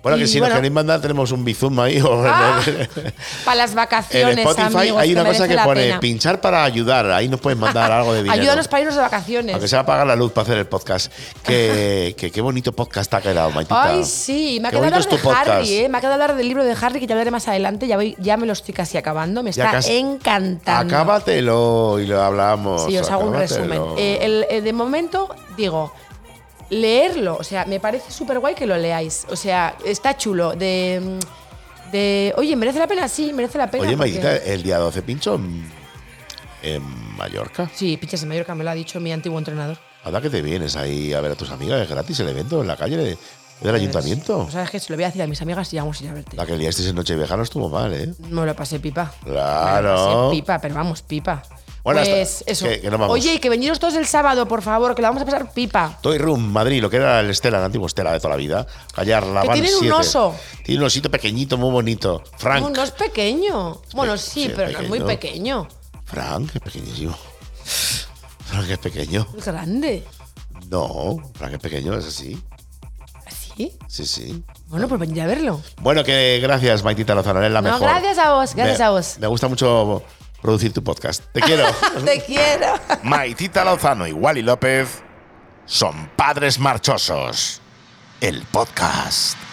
B: Bueno, que
C: Y
B: si
C: bueno.
B: nos queréis mandar, tenemos un bizum ahí. o-
C: Ah, para las
B: en
C: vacaciones.
B: Spotify
C: amigos,
B: hay una cosa
C: merece
B: que
C: la
B: pone
C: pena.
B: pinchar para ayudar. Ahí nos puedes mandar algo de dinero.
C: Ayúdanos para irnos de vacaciones.
B: Aunque sea apagar la luz para hacer el podcast. Que, que- qué bonito podcast te ha quedado, Maitita.
C: Ay, sí, me ha
B: Qué
C: quedado hablar
B: bonito
C: de
B: es tu podcast.
C: Harry, ¿eh? me ha quedado hablar del libro de Harry, que ya hablaré más adelante, ya, voy, ya me lo estoy casi acabando, me
B: Ya
C: está
B: casi-
C: encantando.
B: Acábatelo y lo hablamos.
C: Sí, os hago un
B: Acábatelo.
C: resumen. Eh, el- eh, de momento, digo, leerlo, o sea, me parece súper guay que lo leáis, o sea, está chulo, de... mm, de, oye, ¿merece la pena? Sí, merece la pena.
B: Oye, eh.
C: porque-
B: Maitita, el día 12 pincho en, en Mallorca.
C: Sí, pinches en Mallorca, me lo ha dicho mi antiguo entrenador.
B: Ahora que te vienes ahí a ver a tus amigas, es gratis el evento en la calle de- del ayuntamiento.
C: Pues, O sea, es que se lo voy a decir a mis amigas y vamos a ir a verte.
B: Oh. La que liasteis en Nochevieja no estuvo mal, ¿eh?
C: Me lo pasé pipa.
B: Claro.
C: Me lo pasé pipa, pero vamos, pipa.
B: Bueno,
C: pues
B: hasta-
C: eso.
B: que- que nos vamos.
C: Oye, y que veniros todos el sábado, por favor, que la vamos a pasar pipa.
B: Toy Room, Madrid, lo que era el Estela, el antiguo Estela de toda la vida. Callar, la
C: Que tienen un oso.
B: Tiene un osito pequeñito, muy bonito. Frank.
C: No, no es pequeño. Bueno, sí,
B: sí, es
C: pero no es muy pequeño.
B: Frank es pequeñísimo. Frank es pequeño.
C: Es grande.
B: No, Frank es pequeño, es así.
C: ¿Así?
B: Sí, sí.
C: ¿Ah, Bueno, pues venid a verlo.
B: Bueno, que gracias, Maitita Lozano, eres la
C: No,
B: mejor.
C: gracias a vos, gracias
B: Me-
C: a vos.
B: Me gusta mucho producir tu podcast. Te quiero.
C: Te quiero.
B: Maitita Lozano y Wally López son padres marchosos. El podcast.